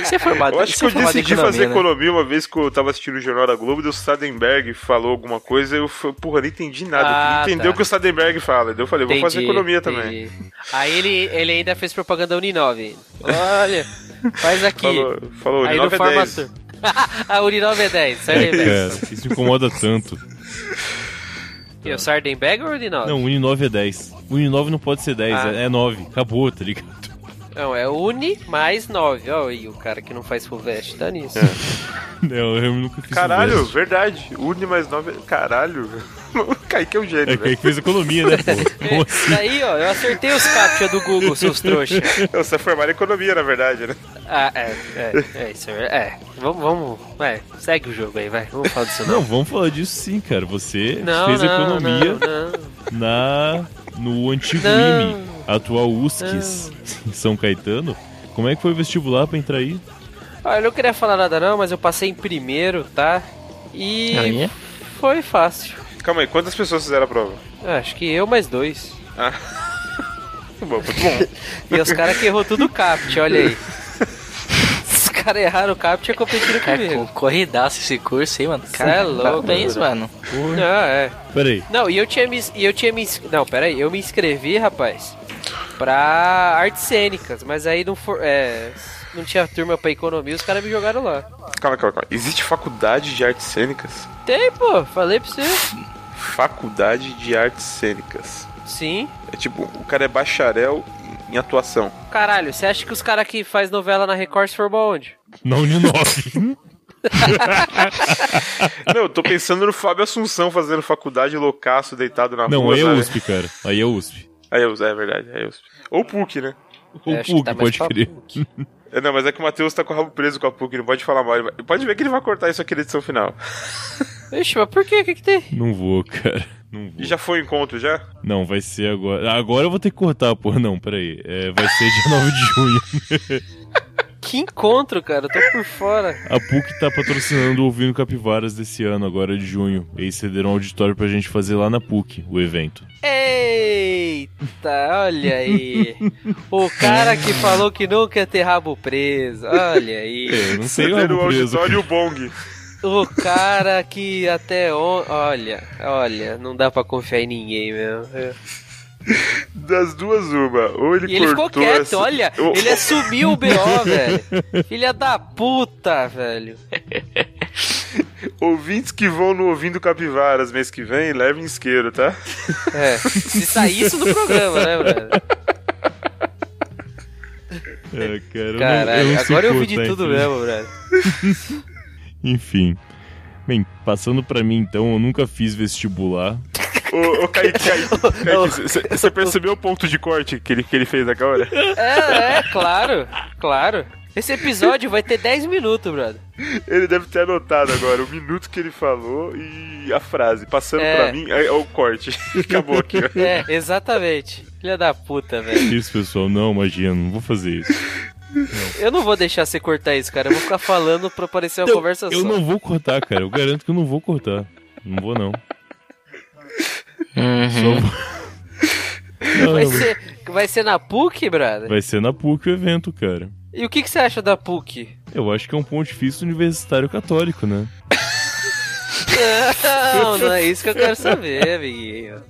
Speaker 5: Você é formado,
Speaker 3: eu acho que
Speaker 5: você
Speaker 3: eu
Speaker 5: é formado em
Speaker 3: decidi fazer
Speaker 5: economia, né?
Speaker 3: economia uma vez que eu tava assistindo o Jornal da Globo, daí o Sadenberg falou alguma coisa e eu, fa- porra, não entendi nada. eu
Speaker 2: Ah,
Speaker 3: queria entender
Speaker 2: tá.
Speaker 3: o que o Sadenberg fala, daí eu falei, vou fazer
Speaker 2: Entendi,
Speaker 3: economia também.
Speaker 2: entendi. Aí ele, ele ainda fez propaganda Uninove. Olha, faz aqui.
Speaker 3: Falou, é falou,
Speaker 2: Aí no
Speaker 3: 9 a 10.
Speaker 2: formato. ah, Urinove é 10,
Speaker 1: É,
Speaker 2: Sardenberg.
Speaker 1: cara, isso me incomoda tanto.
Speaker 2: E o Sardenberg ou Urinove?
Speaker 1: Não, Uni 9 é 10. Uni 9 não pode ser 10,
Speaker 2: Ah.
Speaker 1: é, é 9. Acabou, tá ligado?
Speaker 2: Não, é Uni mais 9. Ó, e o cara que não faz full vest, dá
Speaker 3: É.
Speaker 2: nisso.
Speaker 1: Não, eu nunca fiz
Speaker 3: Caralho,
Speaker 1: isso.
Speaker 3: verdade. Uni mais 9. Caralho. O Kaique é um gênio,
Speaker 1: É que
Speaker 3: velho.
Speaker 1: ele fez economia, né, pô? Como assim?
Speaker 2: Daí, ó, eu acertei os captcha do Google, seus trouxas.
Speaker 3: Você é formado em economia, na verdade, né?
Speaker 2: Ah, é, é, é, isso é, é. Vamos, vamos, vai, segue o jogo aí, vai, vamos falar disso
Speaker 1: Não,
Speaker 2: não.
Speaker 1: vamos falar disso sim, cara. Você
Speaker 2: Não,
Speaker 1: fez
Speaker 2: não,
Speaker 1: economia
Speaker 2: não, não.
Speaker 1: na no antigo
Speaker 2: Não.
Speaker 1: IME, atual USCIS, em São Caetano. Como é que foi o vestibular pra entrar aí?
Speaker 2: Olha, eu não queria falar nada não, mas eu passei em primeiro, tá? E
Speaker 5: Olha.
Speaker 2: foi fácil.
Speaker 3: Calma aí, quantas pessoas fizeram a prova?
Speaker 2: Ah, Acho que eu mais dois.
Speaker 3: Muito bom, muito bom.
Speaker 2: E é os caras que errou tudo o captcha, olha aí. Os caras erraram o captcha é competindo
Speaker 5: Cara,
Speaker 2: comigo.
Speaker 5: corridaço esse curso, hein, mano?
Speaker 2: Cê
Speaker 5: Cara,
Speaker 2: é louco,
Speaker 5: Parabéns, mano.
Speaker 2: Ah, é.
Speaker 1: Peraí,
Speaker 2: Não, e eu tinha me. E eu tinha me ins- não, peraí, eu me inscrevi, rapaz, pra artes cênicas, mas aí não for. É, não tinha turma pra economia, os caras me jogaram lá.
Speaker 3: Calma, calma, calma. Existe faculdade de artes cênicas?
Speaker 2: Tem, pô, falei pra você.
Speaker 3: Faculdade de artes cênicas.
Speaker 2: Sim.
Speaker 3: É tipo, o cara é bacharel em atuação.
Speaker 2: Caralho, você acha que os caras que faz novela na Record se formam onde?
Speaker 1: na Uninove.
Speaker 3: Não, eu tô pensando no Fábio Assunção fazendo faculdade loucaço, deitado na
Speaker 1: Não,
Speaker 3: rua.
Speaker 1: aí é
Speaker 3: sabe?
Speaker 1: USP, cara. Aí é USP.
Speaker 3: Aí é USP, é verdade, aí é USP. Ou PUC, né?
Speaker 1: Ou
Speaker 2: É, acho que
Speaker 1: PUC,
Speaker 2: tá mais
Speaker 1: pode
Speaker 2: pra
Speaker 1: crer.
Speaker 2: PUC.
Speaker 3: É, Não, mas é que o Matheus tá com o rabo preso com a PUC, não pode falar mal. ele vai- Pode ver que ele vai cortar isso aqui na edição final.
Speaker 2: Ixi, mas por quê? O que, que tem?
Speaker 1: Não vou, cara. Não vou.
Speaker 3: E já foi o encontro, já?
Speaker 1: Não, vai ser agora. Agora eu vou ter que cortar, porra. Não, peraí. É, vai ser dia 9 de junho.
Speaker 2: Que encontro, cara, eu tô por fora.
Speaker 1: A PUC tá patrocinando o Ouvindo Capivaras desse ano, agora de junho. E eles cederam um auditório pra gente fazer lá na PUC, o evento.
Speaker 2: Eita, olha aí. O cara que falou que nunca ia ter rabo preso, olha aí.
Speaker 1: Eu não sei o
Speaker 3: Ceder
Speaker 1: rabo preso.
Speaker 3: um auditório e o bong.
Speaker 2: O cara que até on... Olha, olha, não dá pra confiar em ninguém mesmo. É.
Speaker 3: Das duas, uma. Ou ele
Speaker 2: E ele ficou
Speaker 3: cortou
Speaker 2: quieto,
Speaker 3: essa-
Speaker 2: olha.
Speaker 3: Ou-
Speaker 2: Ele assumiu o BO, velho. Filha da puta, velho.
Speaker 3: Ouvintes que vão no Ouvindo Capivaras mês que vem, levem isqueiro, tá?
Speaker 2: É. Se sair isso do programa, né, velho?
Speaker 1: É, cara, eu não-
Speaker 2: Caralho,
Speaker 1: eu não sei
Speaker 2: agora eu vi de
Speaker 1: cortar,
Speaker 2: tudo
Speaker 1: infelizmente.
Speaker 2: mesmo, velho.
Speaker 1: Enfim. Bem, passando pra mim então, eu nunca fiz vestibular.
Speaker 3: Ô, ô Kaique, Kaique, você percebeu o ponto de corte que ele, que ele fez naquela hora?
Speaker 2: É, é, claro, claro. Esse episódio vai ter 10 minutos, brother.
Speaker 3: Ele deve ter anotado agora o minuto que ele falou e a frase. Passando
Speaker 2: É.
Speaker 3: pra mim, é, é o corte. Acabou aqui, ó.
Speaker 2: É, exatamente. Filha da puta, velho.
Speaker 1: Isso, pessoal, não, imagina, não vou fazer isso.
Speaker 2: Eu não vou deixar você cortar isso, cara. Eu vou ficar falando pra parecer uma
Speaker 1: Então,
Speaker 2: conversa
Speaker 1: Eu
Speaker 2: só.
Speaker 1: não vou cortar, cara. Eu garanto que eu não vou cortar. Não vou, não. Só
Speaker 2: Uhum.
Speaker 1: vou- Não,
Speaker 2: Vai
Speaker 1: mas-
Speaker 2: ser, vai ser na PUC, brother?
Speaker 1: vai ser na PUC o evento, cara.
Speaker 2: E o que, que você acha da PUC?
Speaker 1: Eu acho que é um pontifício universitário católico, né?
Speaker 2: Não, não é isso que eu quero saber, amiguinho.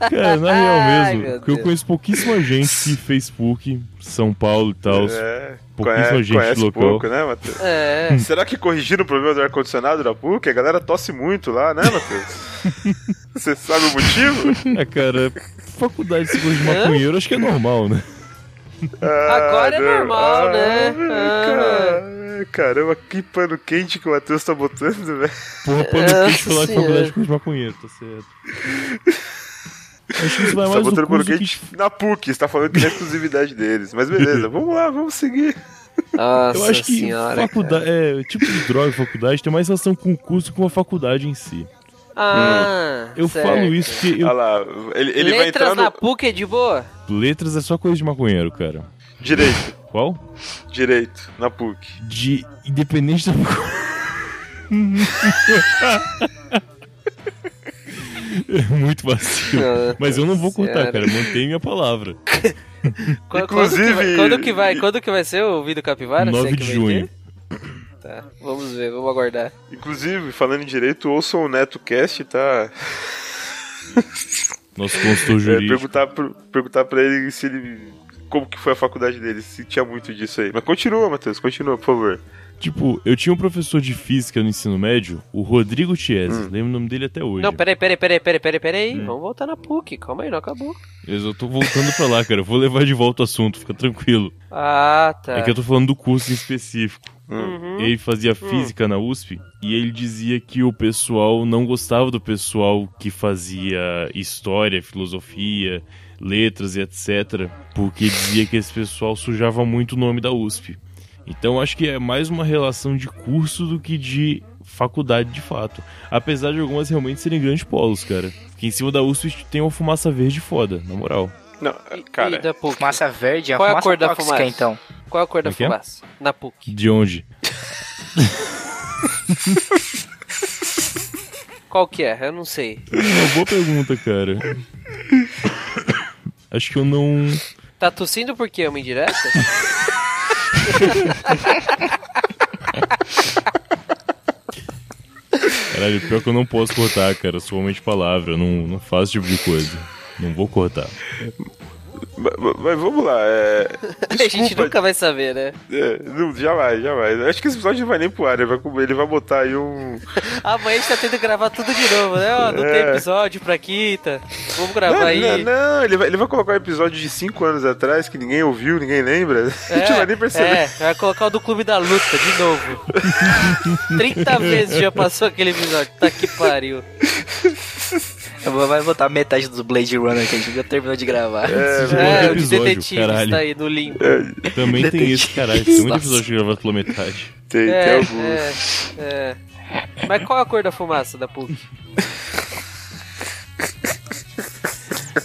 Speaker 1: Cara, na real
Speaker 2: Ai,
Speaker 1: mesmo,
Speaker 2: meu
Speaker 1: porque eu
Speaker 2: Deus.
Speaker 1: conheço pouquíssima gente que fez PUC, São Paulo e tal.
Speaker 3: É,
Speaker 1: Pouquíssima
Speaker 3: conhe-
Speaker 1: gente
Speaker 3: conhece
Speaker 1: local.
Speaker 3: pouco, né, Matheus?
Speaker 2: É.
Speaker 3: Será que corrigiram o problema do ar-condicionado da PUC? A galera tosse muito lá, né, Matheus? Você sabe o motivo?
Speaker 1: É, cara, faculdade de seguro de maconheiro, acho que é normal, né?
Speaker 2: Agora é
Speaker 3: não.
Speaker 2: normal, né? Ah.
Speaker 3: cara- Caramba, que pano quente que o Matheus tá botando, velho.
Speaker 1: Porra, pano
Speaker 2: É, Nossa
Speaker 1: quente falar que faculdade de seguro de maconheiro, tá certo. Acho que isso vai
Speaker 3: Tá
Speaker 1: mais do
Speaker 3: botando
Speaker 1: curso
Speaker 3: pano
Speaker 1: que...
Speaker 3: quente na PUC, você tá falando que é a exclusividade deles. Mas beleza, vamos lá, vamos seguir.
Speaker 2: Nossa
Speaker 1: Eu acho que
Speaker 2: senhora.
Speaker 1: faculdade, é, o tipo de droga e faculdade tem mais relação com o curso que com a faculdade em si.
Speaker 2: Ah,
Speaker 1: Hum. Eu
Speaker 2: certo.
Speaker 1: falo isso porque eu-
Speaker 3: Olha lá, ele, ele vai
Speaker 2: Letras
Speaker 3: entrar
Speaker 2: na
Speaker 3: no...
Speaker 2: PUC é de boa?
Speaker 1: letras é só coisa de maconheiro, cara.
Speaker 3: Direito,
Speaker 1: Qual?
Speaker 3: direito, na PUC.
Speaker 1: De independente da É Muito vacilo.
Speaker 2: Nossa
Speaker 1: Mas eu não vou cortar,
Speaker 2: senhora.
Speaker 1: cara. Mantenho minha palavra.
Speaker 2: Qu- Quando que vai,
Speaker 3: Inclusive-
Speaker 2: quando que vai, quando que vai ser o vídeo Capivara? Se é
Speaker 1: 9
Speaker 2: que
Speaker 1: de
Speaker 2: vai
Speaker 1: junho.
Speaker 2: ter? Tá, vamos ver, vamos aguardar.
Speaker 3: Inclusive, falando em direito, ouçam o NetoCast, tá?
Speaker 1: Nosso consultor
Speaker 3: É,
Speaker 1: jurídico.
Speaker 3: perguntar, pro, perguntar pra ele se ele. Como que foi a faculdade dele, se tinha muito disso aí. Mas continua, Matheus, continua, por favor.
Speaker 1: Tipo, eu tinha um professor de física no ensino médio, o Rodrigo Chiesa. Lembro o nome dele até hoje.
Speaker 2: Não, peraí, peraí, peraí, peraí, peraí, peraí.
Speaker 1: Hum.
Speaker 2: Vamos voltar na PUC, calma aí, não acabou.
Speaker 1: Mas eu tô voltando pra lá, cara. É Eu vou levar de volta o assunto, fica tranquilo.
Speaker 2: Ah, tá.
Speaker 1: É que eu tô falando do curso em específico. Ele fazia física na USP e ele dizia que o pessoal não gostava do pessoal que fazia história, filosofia, letras e etc, porque dizia que esse pessoal sujava muito o nome da USP. Então acho que é mais uma relação de curso do que de faculdade de fato. Apesar de algumas realmente serem grandes polos, cara. Porque em cima da USP tem uma fumaça verde foda, na moral.
Speaker 3: Não,
Speaker 2: E
Speaker 3: cara,
Speaker 2: da PUC?
Speaker 5: Fumaça verde, a
Speaker 2: Qual é a
Speaker 5: fumaça
Speaker 2: cor da
Speaker 5: tóxica,
Speaker 2: fumaça?
Speaker 5: então.
Speaker 2: Qual é a cor da
Speaker 1: Como é que é?
Speaker 2: fumaça? Na PUC.
Speaker 1: De onde?
Speaker 2: Qual que é? Eu não sei.
Speaker 1: Uma boa pergunta, cara. Acho que eu não.
Speaker 2: Tá tossindo porque é uma indireta?
Speaker 1: Caralho, pior que eu não posso cortar, cara. Eu sou homem de palavra. Eu não, não faço esse tipo de coisa. Não vou cortar.
Speaker 3: ma- ma- mas vamos lá. É,
Speaker 2: a gente nunca vai saber, né?
Speaker 3: é, não, jamais, jamais. Acho que esse episódio não vai nem pro ar, ele vai, com- ele vai botar aí um.
Speaker 2: Amanhã a gente tá tendo que gravar tudo de novo, né? Ó, não tem
Speaker 3: É.
Speaker 2: episódio pra quinta. Vamos gravar
Speaker 3: Não,
Speaker 2: aí.
Speaker 3: não, não, ele vai, ele vai colocar um episódio de 5 anos atrás que ninguém ouviu, ninguém lembra. a gente não vai nem perceber.
Speaker 2: É, vai colocar o do Clube da Luta de novo. 30 vezes já passou aquele episódio. Tá que pariu.
Speaker 5: Eu vou- Vai botar metade do Blade Runner que a gente já terminou de gravar.
Speaker 3: um
Speaker 1: Esse outro
Speaker 2: É, o de
Speaker 1: episódio,
Speaker 2: detetives
Speaker 1: caralho.
Speaker 2: tá aí no limbo.
Speaker 1: Também tem
Speaker 5: Detetive.
Speaker 1: isso, caralho. Tem muito
Speaker 5: Nossa.
Speaker 1: episódio gravado pela metade.
Speaker 3: Tem, tem
Speaker 2: É,
Speaker 3: alguns.
Speaker 2: é, é. Mas qual a cor da fumaça da PUC?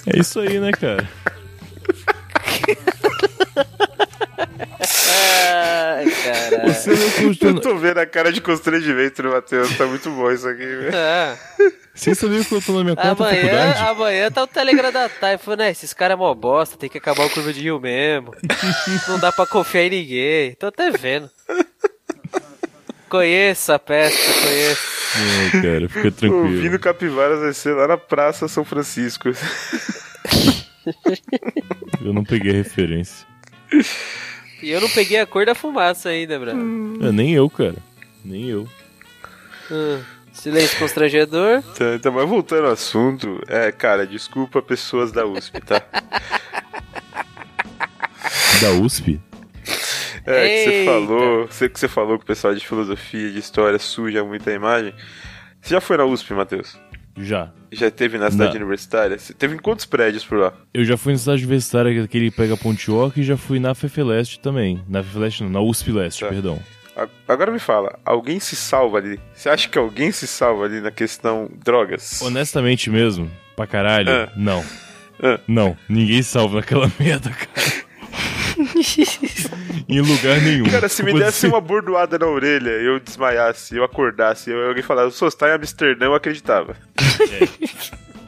Speaker 1: É isso aí, né, cara?
Speaker 2: Ai, caralho.
Speaker 1: Você não
Speaker 3: Eu
Speaker 1: curte.
Speaker 3: tô vendo a cara de constrangimento do Matheus, tá muito bom isso aqui. velho.
Speaker 2: Ah,
Speaker 1: Sem saber que eu tô na minha quarta
Speaker 2: amanhã,
Speaker 1: faculdade?
Speaker 2: amanhã tá o Telegram da Thay falando, né, esses caras é mó bosta, tem que acabar o curva de rio mesmo. Não dá pra confiar em ninguém. Tô até vendo. Conheça a peça, conheça.
Speaker 1: Não, cara, fica
Speaker 3: Ouvindo
Speaker 1: tranquilo.
Speaker 3: Capivaras vai ser lá na Praça São Francisco.
Speaker 1: Eu não peguei a referência.
Speaker 2: E eu não peguei a cor da fumaça ainda, Bruno.
Speaker 1: É, nem eu, cara. Nem eu.
Speaker 2: Hum, silêncio constrangedor.
Speaker 3: Tá, então, mas voltando ao assunto, é, cara, desculpa pessoas da USP, tá?
Speaker 1: Da USP?
Speaker 3: É, que você
Speaker 2: Eita.
Speaker 3: falou, você que você falou que o pessoal de filosofia, de história suja muita imagem. Você já foi na USP, Matheus?
Speaker 1: Já.
Speaker 3: Já teve na cidade
Speaker 1: Não.
Speaker 3: universitária? Você teve em quantos prédios por lá?
Speaker 1: Eu já fui na cidade universitária, que é aquele pega Pontioca, e já fui na Fefeleste também. Na Fefeleste não, na USP Leste,
Speaker 3: Tá.
Speaker 1: perdão.
Speaker 3: A- Agora me fala, alguém se salva ali? Você acha que alguém se salva ali na questão drogas?
Speaker 1: Honestamente mesmo, pra caralho,
Speaker 3: Ah.
Speaker 1: não.
Speaker 3: Ah.
Speaker 1: Não, ninguém salva naquela merda, cara. em lugar nenhum.
Speaker 3: Cara, se me
Speaker 1: Você-
Speaker 3: desse uma bordoada na orelha, eu desmaiasse, eu acordasse, eu, alguém falasse, "Sô, você tá em Amsterdã, eu acreditava.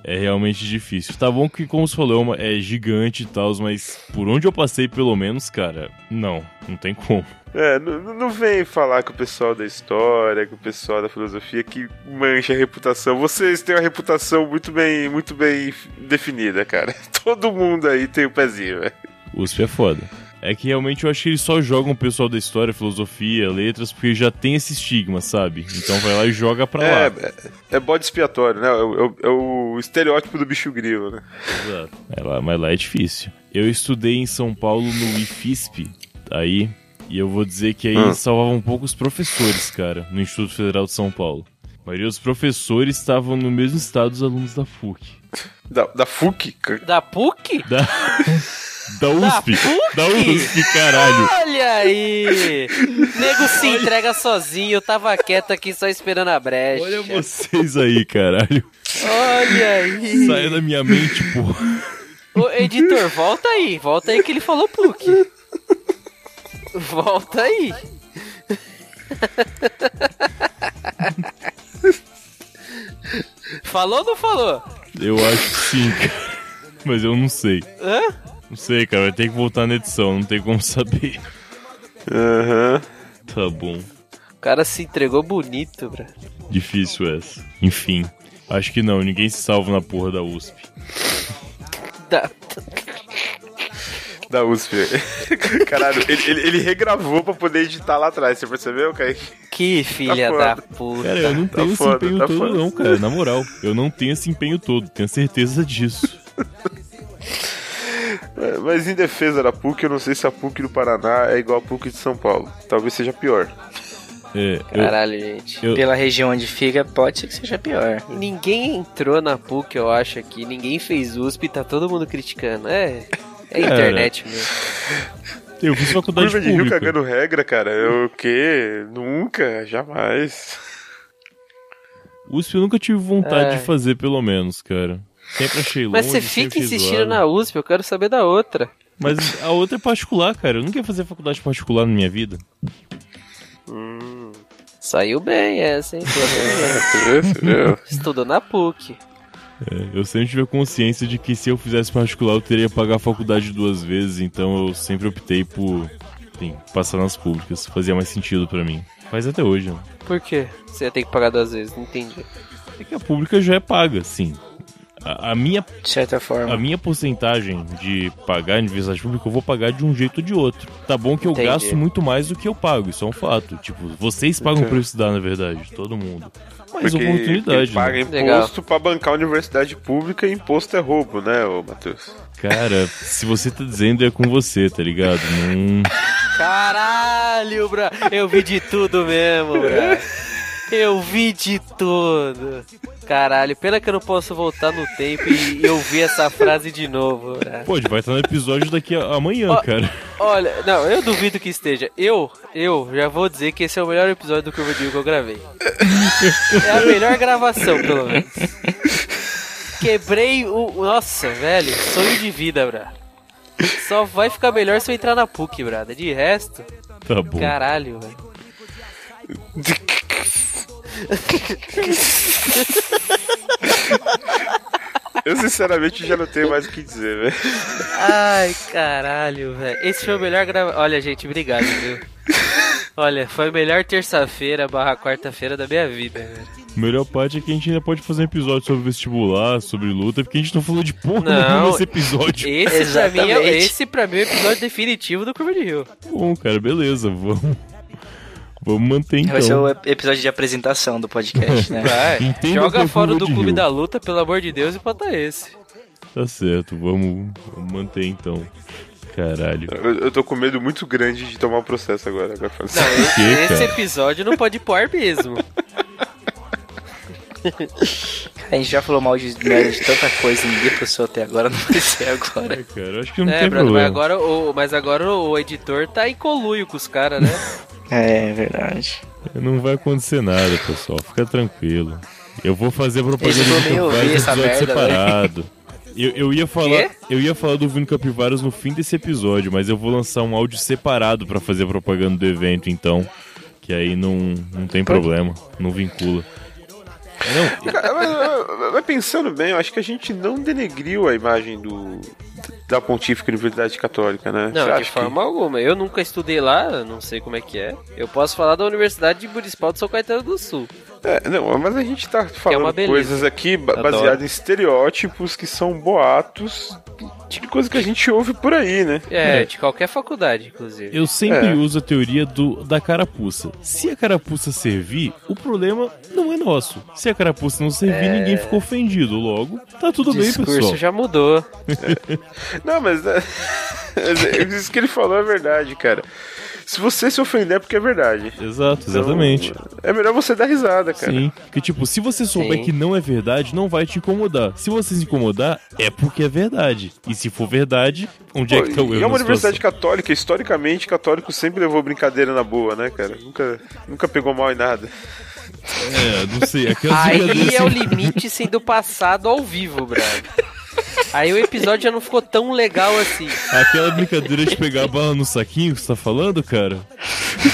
Speaker 1: É realmente difícil. Tá bom que, como você falou, é uma- é gigante e tal, mas por onde eu passei, pelo menos, cara, não. Não tem como.
Speaker 3: É, n- n- não vem falar com o pessoal da história, com o pessoal da filosofia que mancha a reputação. Vocês têm uma reputação muito bem, muito bem definida, cara. Todo mundo aí tem o pezinho, né? velho.
Speaker 1: USP é foda. É que realmente eu acho que eles só jogam o pessoal da história, filosofia, letras, porque já tem esse estigma, sabe? Então vai lá e joga pra
Speaker 3: É,
Speaker 1: lá.
Speaker 3: é, é bode expiatório, né? É, o- é o- é o estereótipo do bicho grilo, né?
Speaker 1: Exato. É lá, mas lá é difícil. Eu estudei em São Paulo no IFISP, aí, e eu vou dizer que aí
Speaker 3: Hum.
Speaker 1: salvavam um pouco os professores, cara, no Instituto Federal de São Paulo. A maioria dos professores estavam no mesmo estado dos alunos da FUC.
Speaker 3: Da, da FUC, cara.
Speaker 2: Da PUC?
Speaker 1: Da, da USP.
Speaker 2: PUC?
Speaker 1: Da USP, caralho.
Speaker 2: Olha aí! Nego se entrega sozinho, eu tava quieto aqui só esperando a brecha.
Speaker 1: Olha vocês aí, caralho.
Speaker 2: Olha aí!
Speaker 1: Saia da minha mente, porra.
Speaker 2: Ô, editor, volta aí, volta aí que ele falou PUC. Volta aí. falou ou não falou?
Speaker 1: Eu acho que sim, cara. Mas eu não sei.
Speaker 2: Hã?
Speaker 1: Não sei, cara. Vai ter que voltar na edição. Não tem como saber.
Speaker 3: Aham.
Speaker 1: Tá bom.
Speaker 2: O cara se entregou bonito, bro.
Speaker 1: Difícil essa. Enfim. Acho que não, ninguém se salva na porra da USP.
Speaker 2: Da-
Speaker 3: Da USP. velho. Caralho, ele, ele- ele regravou pra poder editar lá atrás, você percebeu, Kaique?
Speaker 2: Que filha
Speaker 3: foda.
Speaker 2: da puta.
Speaker 1: Cara, eu não
Speaker 3: Tá
Speaker 1: tenho esse
Speaker 3: foda,
Speaker 1: empenho
Speaker 3: tá
Speaker 1: todo,
Speaker 3: foda.
Speaker 1: não, cara. Na moral, eu não tenho esse empenho todo, tenho certeza disso.
Speaker 3: É, Mas em defesa da PUC, eu não sei se a PUC do Paraná é igual a PUC de São Paulo. Talvez seja pior.
Speaker 1: É, eu,
Speaker 5: Caralho, gente.
Speaker 1: eu-
Speaker 5: Pela região onde fica, pode ser que seja pior.
Speaker 2: Ninguém entrou na PUC, eu acho, aqui. Ninguém fez USP, tá todo mundo criticando. É. É internet
Speaker 1: né?
Speaker 2: mesmo.
Speaker 1: eu fiz faculdade
Speaker 3: Curva de Rio
Speaker 1: pública.
Speaker 3: cagando regra, cara. Eu, o quê? Nunca, jamais.
Speaker 1: USP eu nunca tive vontade
Speaker 2: É.
Speaker 1: de fazer, pelo menos, cara. Sempre achei longe,
Speaker 2: Mas você fica
Speaker 1: sempre achei
Speaker 2: insistindo
Speaker 1: zoado.
Speaker 2: na USP, eu quero saber da outra.
Speaker 1: Mas a outra é particular, cara. Eu nunca ia fazer faculdade particular na minha vida.
Speaker 2: Saiu bem é, essa, hein? Pelo menos. Estudou na PUC.
Speaker 1: É, eu sempre tive a consciência de que se eu fizesse particular, eu teria que pagar a faculdade duas vezes. Então eu sempre optei por, enfim, passar nas públicas. Fazia mais sentido pra mim. Faz até hoje, né?
Speaker 2: Por quê? Você tem que pagar duas vezes, não entendi.
Speaker 1: É que a pública já é paga, sim. A, a minha,
Speaker 5: De certa
Speaker 1: a
Speaker 5: forma.
Speaker 1: minha porcentagem de pagar em universidade pública, eu vou pagar de um jeito ou de outro. Tá bom que eu
Speaker 2: Entendi.
Speaker 1: gasto muito mais do que eu pago, isso é um fato. Tipo, vocês pagam pra eu estudar, na verdade, todo mundo. Mas oportunidade,
Speaker 3: quem paga
Speaker 1: né?
Speaker 3: imposto
Speaker 2: Legal.
Speaker 3: pra bancar a universidade pública e imposto é roubo, né, ô Matheus?
Speaker 1: Cara, se você tá dizendo, é com você, tá ligado? Não...
Speaker 2: Caralho, bra! Ah, Eu vi de tudo mesmo, bra! Eu vi de tudo! Caralho, pena que eu não posso voltar no tempo e eu vi essa frase de novo, bra.
Speaker 1: Pode, vai estar no episódio daqui a- amanhã,
Speaker 2: Ó,
Speaker 1: cara.
Speaker 2: Olha, não, eu duvido que esteja. Eu, eu já vou dizer que esse é o melhor episódio do Curva de Rio que eu gravei. É a melhor gravação, pelo menos. Quebrei o. Nossa, velho, sonho de vida, bra. Só vai ficar melhor se eu entrar na PUC, brada. De resto,
Speaker 1: Tá bom.
Speaker 2: caralho, velho.
Speaker 3: Eu, sinceramente, já não tenho mais o que dizer, velho.
Speaker 2: Ai, caralho, velho. Esse foi o melhor grava. Olha, gente, obrigado, viu? Olha, foi a melhor terça-feira barra quarta-feira da minha vida, velho.
Speaker 1: A melhor parte é que a gente ainda pode fazer um episódio sobre vestibular, sobre luta, porque a gente não falou de porra
Speaker 2: Não.
Speaker 1: nenhuma nesse episódio.
Speaker 2: Esse pra, mim é,
Speaker 5: Exatamente.
Speaker 2: esse pra mim é o episódio definitivo do Curva de Rio.
Speaker 1: Bom, cara, beleza, vamos. Vamos manter então.
Speaker 5: Vai ser o ep- episódio de apresentação do podcast, né?
Speaker 2: Vai,
Speaker 1: Entenda o que
Speaker 2: joga
Speaker 1: é
Speaker 2: fora
Speaker 1: Curva
Speaker 2: do
Speaker 1: de
Speaker 2: clube
Speaker 1: Rio.
Speaker 2: da luta, pelo amor de Deus, enquanto é esse.
Speaker 1: Tá certo, vamos, vamos manter então. Caralho.
Speaker 3: Eu, eu tô com medo muito grande de tomar um processo agora. agora falando
Speaker 2: Não,
Speaker 3: sério.
Speaker 2: esse,
Speaker 1: quê,
Speaker 2: esse
Speaker 1: cara?
Speaker 2: episódio não pode ir pro ar mesmo.
Speaker 5: A gente já falou mal de merda de tanta coisa, ninguém passou até agora, não vai ser agora.
Speaker 1: É, cara, eu acho que não
Speaker 2: É,
Speaker 1: tem
Speaker 2: brother, mas
Speaker 1: problema.
Speaker 2: agora, o, mas agora o editor tá em coluio com os caras, né?
Speaker 5: É, verdade.
Speaker 1: Não vai acontecer nada, pessoal. Fica tranquilo. Eu vou fazer propaganda
Speaker 5: Esse eu
Speaker 1: do
Speaker 5: nem ouvi
Speaker 1: Capivaras
Speaker 5: essa
Speaker 1: episódio
Speaker 5: merda,
Speaker 1: separado. Eu, eu ia falar,
Speaker 2: Quê?
Speaker 1: eu ia falar do Vino Capivaras no fim desse episódio, mas eu vou lançar um áudio separado pra fazer propaganda do evento, então, que aí não, não tem problema, não vincula. É, Não,
Speaker 3: Cara, mas, mas- mas pensando bem, eu acho que a gente não denegriu a imagem do da Pontífica Universidade Católica, né? Você
Speaker 2: Não, de
Speaker 3: acha que-
Speaker 2: forma alguma. Eu nunca estudei lá, eu não sei como é que é. Eu posso falar da Universidade Municipal de São Caetano do Sul.
Speaker 3: É, não, mas a gente tá falando
Speaker 2: uma beleza.
Speaker 3: coisas aqui ba-
Speaker 2: Adoro.
Speaker 3: baseadas em estereótipos que são boatos de coisa que a gente ouve por aí, né?
Speaker 2: É, de qualquer faculdade, inclusive.
Speaker 1: eu sempre
Speaker 3: É.
Speaker 1: uso a teoria do, da carapuça. Se a carapuça servir, o problema não é nosso. Se a carapuça não servir,
Speaker 5: É.
Speaker 1: ninguém ficou ofendido. Logo, tá tudo
Speaker 2: O discurso
Speaker 1: bem, pessoal.
Speaker 2: já mudou.
Speaker 3: Não, mas né, mas isso que ele falou é verdade, cara. Se você se ofender é porque é verdade.
Speaker 1: Exato,
Speaker 3: Então,
Speaker 1: exatamente.
Speaker 3: é melhor você dar risada, cara.
Speaker 1: Sim, porque tipo, se você souber
Speaker 2: Sim.
Speaker 1: que não é verdade, não vai te incomodar. Se você se incomodar, é porque é verdade. E se for verdade, onde é que tá o
Speaker 3: Pô,
Speaker 1: erro?
Speaker 3: e é uma
Speaker 1: na situação?
Speaker 3: universidade católica, historicamente, católico sempre levou brincadeira na boa, né, cara? Nunca, nunca pegou mal em nada.
Speaker 1: É, não sei. Aquelas brincadeiras
Speaker 2: Aí é o
Speaker 1: assim-
Speaker 2: limite sendo passado ao vivo, brother. Aí o episódio já não ficou tão legal assim.
Speaker 1: Aquela brincadeira de pegar a bala no saquinho que você tá falando, cara.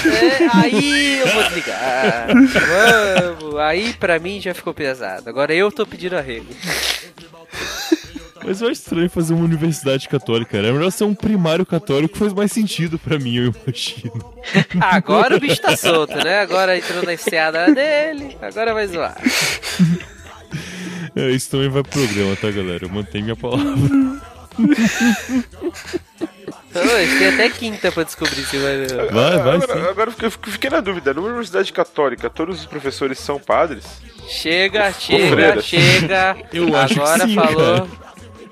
Speaker 2: É, aí eu vou desligar. Vamos. Aí pra mim já ficou pesado. Agora eu tô pedindo arrego.
Speaker 1: Mas eu acho estranho fazer uma universidade católica, cara. É melhor ser um primário católico faz mais sentido pra mim, eu imagino.
Speaker 2: Agora o bicho tá solto, né? Agora entrou na enseada dele. Agora vai zoar.
Speaker 1: É, isso também vai pro programa, tá, galera? Eu mantenho minha palavra.
Speaker 2: Hoje tem até quinta pra descobrir se vai.
Speaker 1: Vai, vai
Speaker 3: agora,
Speaker 1: sim.
Speaker 3: agora eu fiquei- eu fiquei na dúvida. Numa universidade católica, todos os professores são padres?
Speaker 2: Chega,
Speaker 3: Freira.
Speaker 2: chega, chega.
Speaker 1: Eu acho que
Speaker 2: Agora
Speaker 1: sim,
Speaker 2: falou.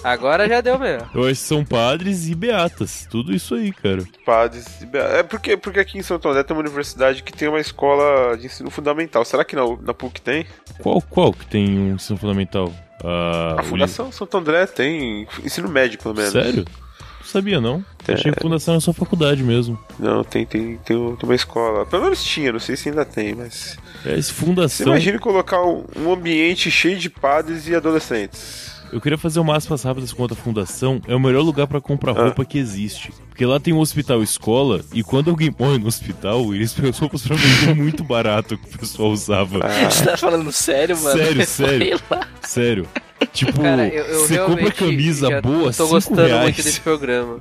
Speaker 2: Agora já deu mesmo.
Speaker 1: Hoje são padres e beatas. Tudo isso aí, cara.
Speaker 3: Padres. e be- É porque, porque aqui em Santo André tem uma universidade que tem uma escola de ensino fundamental. Será que na, na PUC tem?
Speaker 1: Qual, qual que tem um ensino fundamental? Ah,
Speaker 3: A Fundação Santo André tem ensino médio, pelo
Speaker 1: o-
Speaker 3: menos.
Speaker 1: Sério? Não sabia, não.
Speaker 3: É.
Speaker 1: Achei que fundação era só faculdade mesmo.
Speaker 3: Não, tem, tem, tem um- tem uma escola. Pelo menos tinha, não sei se ainda tem, mas.
Speaker 1: É, esse
Speaker 3: Você
Speaker 1: fundação...
Speaker 3: imagina colocar um, um ambiente cheio de padres e adolescentes.
Speaker 1: Eu queria fazer umas aspas rápidas quanto à fundação. É o melhor lugar pra comprar
Speaker 3: Ah.
Speaker 1: roupa que existe. Porque lá tem um hospital escola, e quando alguém morre no hospital, eles pegam as roupas pra vender muito barato que o pessoal usava.
Speaker 3: Ah,
Speaker 5: Você tá falando sério, mano?
Speaker 1: Sério, sério.
Speaker 5: Sei lá.
Speaker 1: Sério. Tipo,
Speaker 2: Cara, eu, eu
Speaker 1: você compra
Speaker 2: realmente
Speaker 1: camisa
Speaker 2: já
Speaker 1: boa,
Speaker 2: Tô
Speaker 1: 5
Speaker 2: gostando
Speaker 1: reais.
Speaker 2: muito desse programa.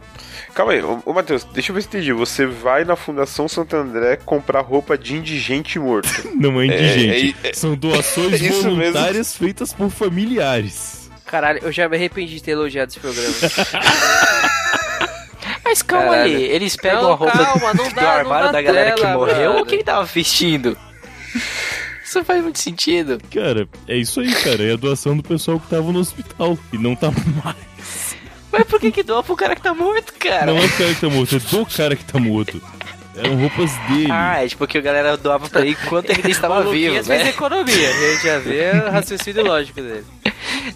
Speaker 3: Calma aí, ô, ô Matheus, deixa eu ver se entendi. Você vai na Fundação Santo André comprar roupa de indigente morto.
Speaker 1: Não é indigente.
Speaker 3: É, é, é.
Speaker 1: São doações
Speaker 3: Isso mesmo.
Speaker 1: voluntárias feitas por familiares.
Speaker 2: Caralho, eu já me arrependi de ter elogiado esse programa.
Speaker 5: Mas calma
Speaker 2: Caralho.
Speaker 5: aí, eles pegam a roupa
Speaker 2: calma, não
Speaker 5: do
Speaker 2: dá- não
Speaker 5: armário
Speaker 2: dá
Speaker 5: da galera
Speaker 2: tela,
Speaker 5: que morreu
Speaker 2: brother.
Speaker 5: ou quem tava vestindo? Isso faz muito sentido.
Speaker 1: Cara, é isso aí, cara. É a doação do pessoal que tava no hospital. E não tá mais.
Speaker 5: Mas por que que doa pro cara que tá morto, cara?
Speaker 1: Não é o cara que tá morto, é do cara que tá morto. Eram roupas dele.
Speaker 5: Ah, é tipo que a galera doava pra ele enquanto ele estava
Speaker 2: Maluquinhas
Speaker 5: vivo,
Speaker 2: fez
Speaker 5: né?
Speaker 2: economia. A gente já vê o raciocínio lógico dele.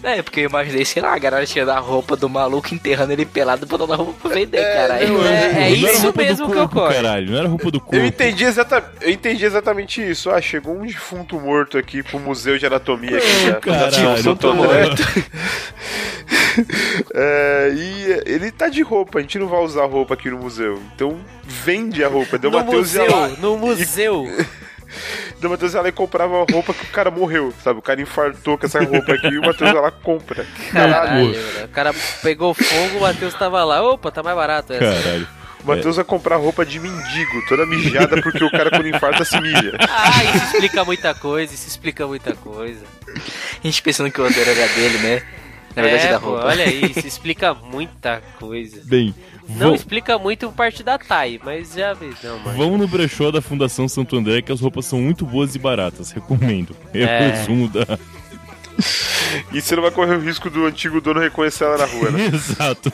Speaker 5: É, porque eu imaginei, sei lá, a galera tirando a roupa do maluco, enterrando ele pelado, botando a roupa pra vender, cara. Aí,
Speaker 1: Não era-
Speaker 2: é
Speaker 1: não era
Speaker 2: isso
Speaker 1: roupa do
Speaker 2: mesmo que
Speaker 1: corpo,
Speaker 2: ocorre.
Speaker 1: Caralho, não era roupa do corpo.
Speaker 3: Eu entendi, exata, eu entendi exatamente isso. Ah, chegou um defunto morto aqui pro Museu de Anatomia aqui da Fundação
Speaker 1: Caralho,
Speaker 3: um Santo André. É, e ele tá de roupa, a gente não vai usar roupa aqui no museu. Então vende a roupa. Deu
Speaker 2: No
Speaker 3: Matheus ia
Speaker 2: museu,
Speaker 3: lá.
Speaker 2: no museu.
Speaker 3: Deu Matheus ia lá e comprava a roupa que o cara morreu, sabe? O cara infartou com essa roupa aqui e o Matheus ia lá e compra.
Speaker 2: Caralho, mano. O cara pegou fogo, o Matheus tava lá. Opa, tá mais barato essa.
Speaker 1: Caralho.
Speaker 3: O Matheus ia comprar roupa de mendigo, toda mijada, porque o cara quando infarta se mija.
Speaker 2: Ah, isso explica muita coisa, isso explica muita coisa.
Speaker 5: A gente pensando que o odor era dele, né? Na verdade,
Speaker 2: é,
Speaker 5: da
Speaker 2: pô,
Speaker 5: roupa.
Speaker 2: olha aí, isso explica muita coisa.
Speaker 1: Bem,
Speaker 2: Não
Speaker 1: vou-
Speaker 2: explica muito parte da Thay, mas já vi. Não, mano.
Speaker 1: vamos no brechó da Fundação Santo André, que as roupas são muito boas e baratas. Recomendo. É o
Speaker 2: É.
Speaker 1: resumo da.
Speaker 3: E você não vai correr o risco do antigo dono reconhecer ela na rua, né?
Speaker 1: Exato.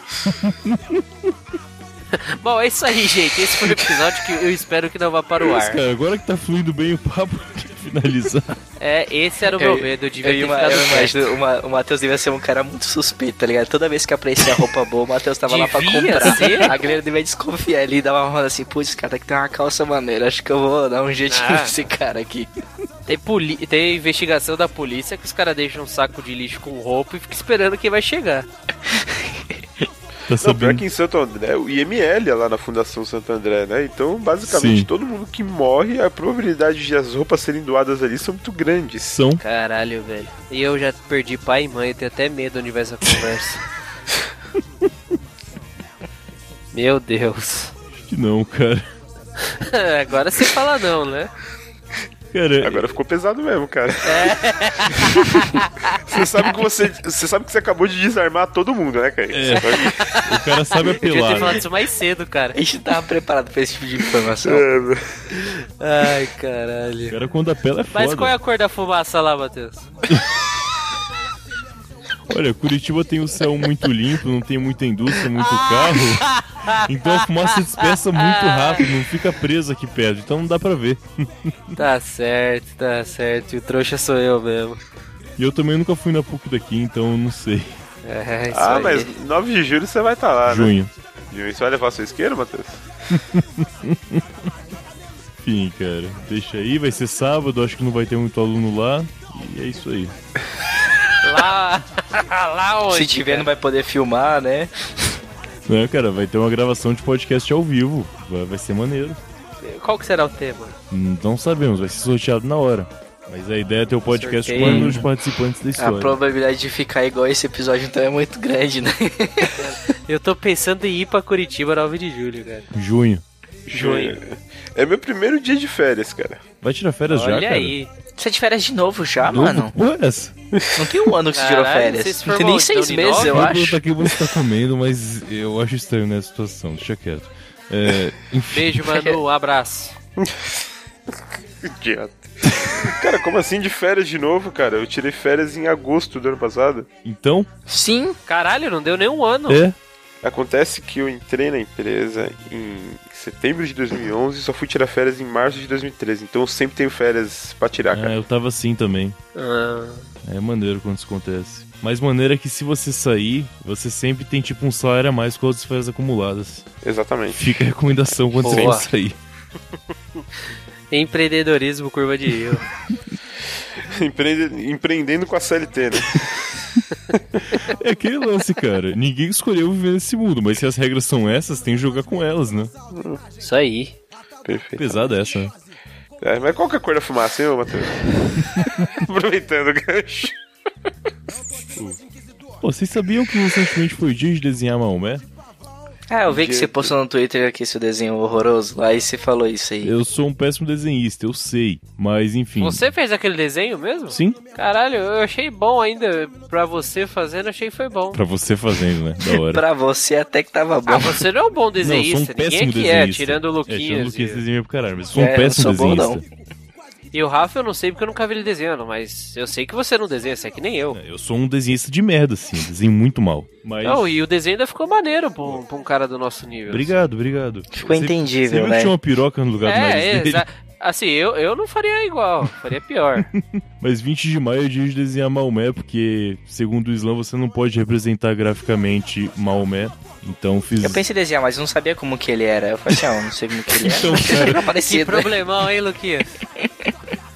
Speaker 2: Bom, é isso aí, gente. Esse foi o episódio que eu espero que não vá para o
Speaker 1: Mas,
Speaker 2: ar.
Speaker 1: cara, agora que tá fluindo bem o papo, eu quero finalizar. Tá
Speaker 2: É, esse era o meu medo, eu devia
Speaker 5: eu
Speaker 2: ter
Speaker 5: ima- eu
Speaker 2: ficado quieto.
Speaker 5: imagino, uma- o Matheus devia ser um cara muito suspeito, tá ligado? Toda vez que aparecia roupa boa, o Matheus tava lá pra
Speaker 2: Devia
Speaker 5: comprar.
Speaker 2: ser.
Speaker 5: A galera devia desconfiar ali e dava uma roda assim, putz, cara, que tem uma calça maneira, acho que eu vou dar um jeito
Speaker 2: Ah.
Speaker 5: nesse cara aqui.
Speaker 2: Tem, poli- tem investigação da polícia que os caras deixam um saco de lixo com roupa e fica esperando quem vai chegar.
Speaker 1: Tá
Speaker 3: Não, pior
Speaker 1: sabendo?
Speaker 3: que em Santo André, o IML é lá na Fundação Santo André, né? Então, basicamente,
Speaker 1: Sim.
Speaker 3: todo mundo que morre, a probabilidade de as roupas serem doadas ali são muito grandes.
Speaker 1: São.
Speaker 2: Caralho, velho. E eu já perdi pai e mãe, eu tenho até medo onde vai essa conversa. Meu Deus.
Speaker 1: Acho que não, cara.
Speaker 2: Agora você fala não, né?
Speaker 1: Cara,
Speaker 3: Agora ficou pesado mesmo, cara.
Speaker 2: É.
Speaker 3: você sabe que você, você sabe que você acabou de desarmar todo mundo, né, cara?
Speaker 1: É. o cara sabe
Speaker 2: Eu devia ter
Speaker 1: apelar.
Speaker 2: falado
Speaker 1: né?
Speaker 2: isso mais cedo, cara.
Speaker 5: A gente tava preparado pra esse tipo de informação.
Speaker 3: É,
Speaker 2: Ai,
Speaker 1: O
Speaker 2: caralho.
Speaker 1: cara quando apela é foda.
Speaker 2: Mas qual é a cor da fumaça lá, Matheus?
Speaker 1: Olha, Curitiba tem o céu muito limpo, não tem muita indústria, muito
Speaker 2: Ah!
Speaker 1: carro. Então a fumaça dispersa muito rápido, não fica presa aqui perto. Então não dá pra ver.
Speaker 2: Tá certo, tá certo. E o trouxa sou eu mesmo.
Speaker 1: E eu também nunca fui na PUC daqui, então eu não sei.
Speaker 2: É, isso
Speaker 3: ah,
Speaker 2: aí.
Speaker 3: mas 9 de julho você vai estar lá, né?
Speaker 1: Junho.
Speaker 3: Junho, Você vai levar seu isqueiro, Matheus?
Speaker 1: Enfim, cara. Deixa aí, vai ser sábado, acho que não vai ter muito aluno lá. E é isso aí.
Speaker 2: Lá, lá onde?
Speaker 5: Se tiver, não vai poder filmar, né?
Speaker 1: Não, Né, cara, vai ter uma gravação de podcast ao vivo. Vai, vai ser maneiro.
Speaker 2: cara? Qual que será o tema?
Speaker 1: Hum, Não sabemos, vai ser sorteado na hora. Mas a ideia é ter o podcast com
Speaker 2: Sorteio.
Speaker 1: um dos participantes da
Speaker 5: A
Speaker 1: história.
Speaker 5: probabilidade de ficar igual esse episódio então é muito grande, né?
Speaker 2: Eu tô pensando em ir pra Curitiba 9 de julho, cara.
Speaker 1: Junho.
Speaker 2: Junho.
Speaker 3: É meu primeiro dia de férias, cara.
Speaker 1: Vai tirar férias já,
Speaker 2: Olha
Speaker 1: cara?
Speaker 2: aí.
Speaker 5: Você é de férias de novo já,
Speaker 1: Novo?
Speaker 5: mano?
Speaker 1: Porra, é essa?
Speaker 5: Não tem um ano que você tirou
Speaker 2: Caralho,
Speaker 5: férias.
Speaker 2: você se
Speaker 5: Não tem nem
Speaker 2: formou,
Speaker 5: seis
Speaker 2: então, de
Speaker 5: meses,
Speaker 2: nove?
Speaker 5: eu
Speaker 1: vou
Speaker 5: acho.
Speaker 1: perguntar quem você tá comendo, mas eu acho estranho né, nessa situação, deixa quieto. É, enfim,
Speaker 2: Beijo, mano. Um abraço.
Speaker 3: Idiota. cara, como assim de férias de novo, cara? Eu tirei férias em agosto do ano passado.
Speaker 1: Então,
Speaker 5: Sim,
Speaker 2: Caralho, não deu nem um ano.
Speaker 1: é.
Speaker 3: Acontece que eu entrei na empresa em setembro de 2011 e só fui tirar férias em março de 2013. Então eu sempre tenho férias pra tirar,
Speaker 1: Ah,
Speaker 3: cara.
Speaker 1: eu tava assim também.
Speaker 2: Ah,
Speaker 1: É maneiro quando isso acontece. Mas maneiro é que se você sair, você sempre tem tipo um salário a mais com as férias acumuladas.
Speaker 3: Exatamente.
Speaker 1: Fica a recomendação quando você
Speaker 2: Boa.
Speaker 1: for sair.
Speaker 2: empreendedorismo, curva de rio.
Speaker 3: Empreende- Empreendendo com a CLT, né?
Speaker 1: É aquele lance, cara. Ninguém escolheu viver nesse mundo, mas se as regras são essas, tem que jogar com elas, né?
Speaker 2: Isso aí.
Speaker 3: Perfeito.
Speaker 1: Pesada essa. né?
Speaker 3: É, mas qual que é a cor da fumaça, hein, ô, Matheus? Aproveitando o gancho.
Speaker 1: Pô, vocês sabiam que recentemente foi o dia de desenhar Maomé?
Speaker 5: Ah, eu vi que você
Speaker 3: Jeito.
Speaker 5: postou no Twitter aqui seu desenho horroroso lá e você falou isso aí.
Speaker 1: Eu sou um péssimo desenhista, eu sei. Mas enfim.
Speaker 2: Você fez aquele desenho mesmo?
Speaker 1: Sim,
Speaker 2: Caralho, eu achei bom ainda. Pra você fazendo, achei que foi bom.
Speaker 1: pra você fazendo, né? Da hora.
Speaker 5: Pra você até que tava bom.
Speaker 2: Ah, você não é um
Speaker 1: Não, eu sou
Speaker 2: bom
Speaker 1: um
Speaker 2: desenhista. Ninguém
Speaker 1: péssimo
Speaker 2: aqui
Speaker 1: desenhista.
Speaker 2: é, tirando o
Speaker 1: É, tirando o
Speaker 2: Luquinhas.
Speaker 1: Luquinhas
Speaker 2: e...
Speaker 1: desenha pra caralho, mas eu sou um
Speaker 5: É, eu não
Speaker 1: péssimo
Speaker 5: sou bom,
Speaker 1: desenhista.
Speaker 2: e o Rafa eu não sei porque eu nunca vi ele desenhando, mas eu sei que você não desenha, você é que nem eu.
Speaker 1: Eu sou um desenhista de merda, assim. eu Desenho muito mal. Mas.
Speaker 2: Não, e o desenho ainda ficou maneiro pra um, pra um cara do nosso nível.
Speaker 1: Obrigado, obrigado.
Speaker 5: Ficou
Speaker 1: Você-
Speaker 5: entendível,
Speaker 1: Você viu que
Speaker 5: né?
Speaker 1: tinha uma piroca no lugar do nariz
Speaker 2: É,
Speaker 1: dele?
Speaker 2: exa- assim, eu, eu não faria igual, faria pior.
Speaker 1: Mas 20 de maio é dia de desenhar Maomé, porque, segundo o Islã, você não pode representar graficamente Maomé. Então fiz.
Speaker 5: Eu pensei em desenhar, mas eu não sabia como que ele era. Eu falei assim, ah, eu não sei como que ele era.
Speaker 1: Então, cara,
Speaker 5: Era
Speaker 2: que
Speaker 5: parecido, né?
Speaker 2: problemão, hein, Luquinhas?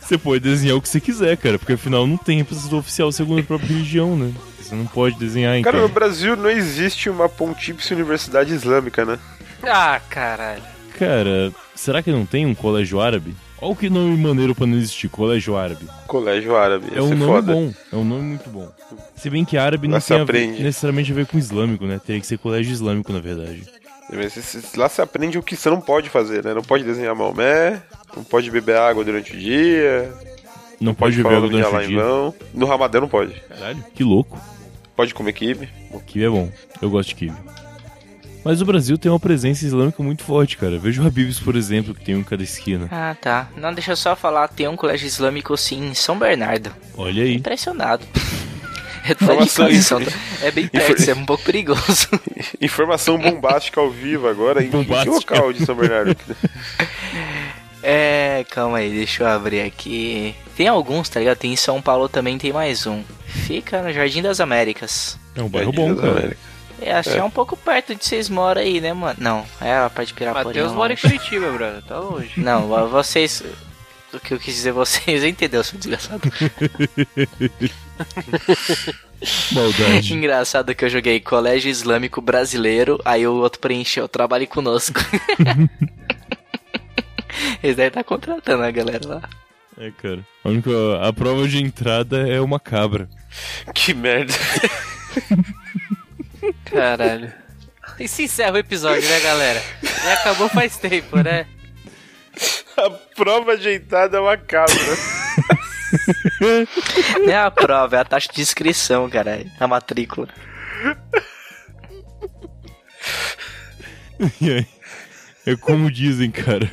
Speaker 1: você pode desenhar o que você quiser, cara, porque afinal não tem representação oficial segundo a própria religião, né? Você não pode desenhar, então.
Speaker 3: Cara, no Brasil não existe uma Pontífice Universidade Islâmica, né?
Speaker 2: Ah, caralho.
Speaker 1: Cara, será que não tem um colégio árabe? Olha que nome maneiro pra não existir, colégio árabe.
Speaker 3: Colégio Árabe.
Speaker 1: É um
Speaker 3: Isso
Speaker 1: nome
Speaker 3: foda.
Speaker 1: bom, é um nome muito bom. Se bem que árabe não
Speaker 3: Lá se
Speaker 1: tem a ver-
Speaker 3: aprende.
Speaker 1: necessariamente a ver com islâmico, né? Teria que ser colégio islâmico, na verdade.
Speaker 3: Mas esse- esse- Lá você aprende o que você não pode fazer, né? Não pode desenhar Maomé, não pode beber água durante o dia,
Speaker 1: Não pode beber
Speaker 3: falar
Speaker 1: água
Speaker 3: nome de
Speaker 1: durante o
Speaker 3: Allah em
Speaker 1: dia.
Speaker 3: vão. No Ramadã não pode.
Speaker 1: Caralho, que louco.
Speaker 3: Pode comer kibe.
Speaker 1: Kiwi é bom. Eu gosto de kiwi. Mas o Brasil tem uma presença islâmica muito forte, cara. Veja o Habibs, por exemplo, que tem um em cada esquina.
Speaker 5: Ah, tá. Não, deixa eu só falar, tem um colégio islâmico sim em São Bernardo.
Speaker 1: Olha aí.
Speaker 5: Impressionado. É do lado de
Speaker 3: Informação
Speaker 5: casa, em São-
Speaker 3: inf-
Speaker 5: É bem perto, isso é um pouco perigoso.
Speaker 3: Informação bombástica ao vivo agora. Em que
Speaker 1: Bombástica.
Speaker 3: local de São Bernardo?
Speaker 5: É, calma aí, deixa eu abrir aqui. Tem alguns, tá ligado? Tem em São Paulo também, tem mais um. Fica no Jardim das Américas.
Speaker 1: É um bairro bom,
Speaker 3: Jardim das
Speaker 1: cara.
Speaker 3: Américas.
Speaker 5: É, acho que é um pouco perto de vocês moram aí, né, mano? Não, é a parte de Pirapora.
Speaker 2: Matheus
Speaker 5: não.
Speaker 2: mora em Curitiba, brother, tá longe.
Speaker 5: Não, a- vocês... O que eu quis dizer vocês, entendeu, seu desgraçado? é.
Speaker 1: Maldade.
Speaker 5: Engraçado que eu joguei Colégio Islâmico Brasileiro, aí o outro preencheu, trabalhe conosco. Eles devem estar contratando a galera lá.
Speaker 1: É, cara. A única... A prova de entrada é uma cabra.
Speaker 3: Que merda.
Speaker 2: Caralho. E se encerra o episódio, né, galera? Já acabou faz tempo, né?
Speaker 3: A prova ajeitada é uma cabra.
Speaker 5: Não é a prova, é a taxa de inscrição, cara. É A matrícula.
Speaker 1: E aí? É como dizem, cara.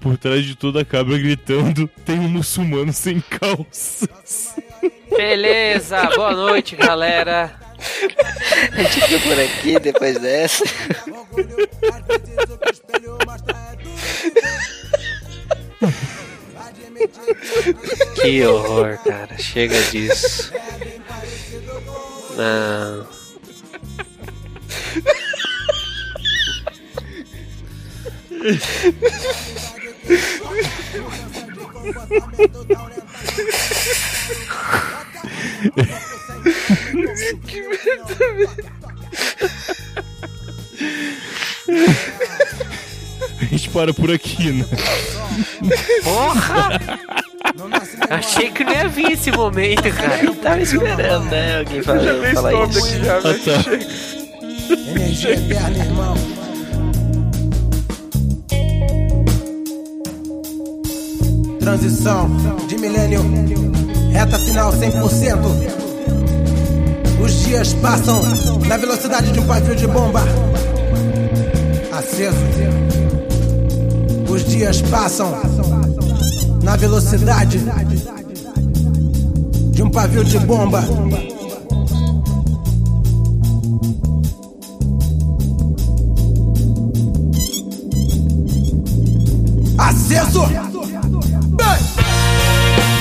Speaker 1: Por trás de toda a cabra gritando, tem um muçulmano sem calças.
Speaker 2: Beleza, boa noite, galera.
Speaker 5: A gente fica por aqui depois dessa.
Speaker 2: Que horror, cara. Chega disso. Não.
Speaker 1: A gente para por aqui, né?
Speaker 2: Porra! Achei que não ia vir esse momento, cara.
Speaker 5: Eu tava esperando, né? Alguém falar,
Speaker 3: Tem esse
Speaker 5: falar
Speaker 3: nome
Speaker 5: isso.
Speaker 3: aqui já,
Speaker 1: Ah,
Speaker 3: né?
Speaker 1: tá.
Speaker 7: Energia eterna, irmão. Transição de milênio, reta final 100%. Os dias passam na velocidade de um pavio de bomba. Aceso. Os dias passam na velocidade de um pavio de bomba. Acesso! Bem!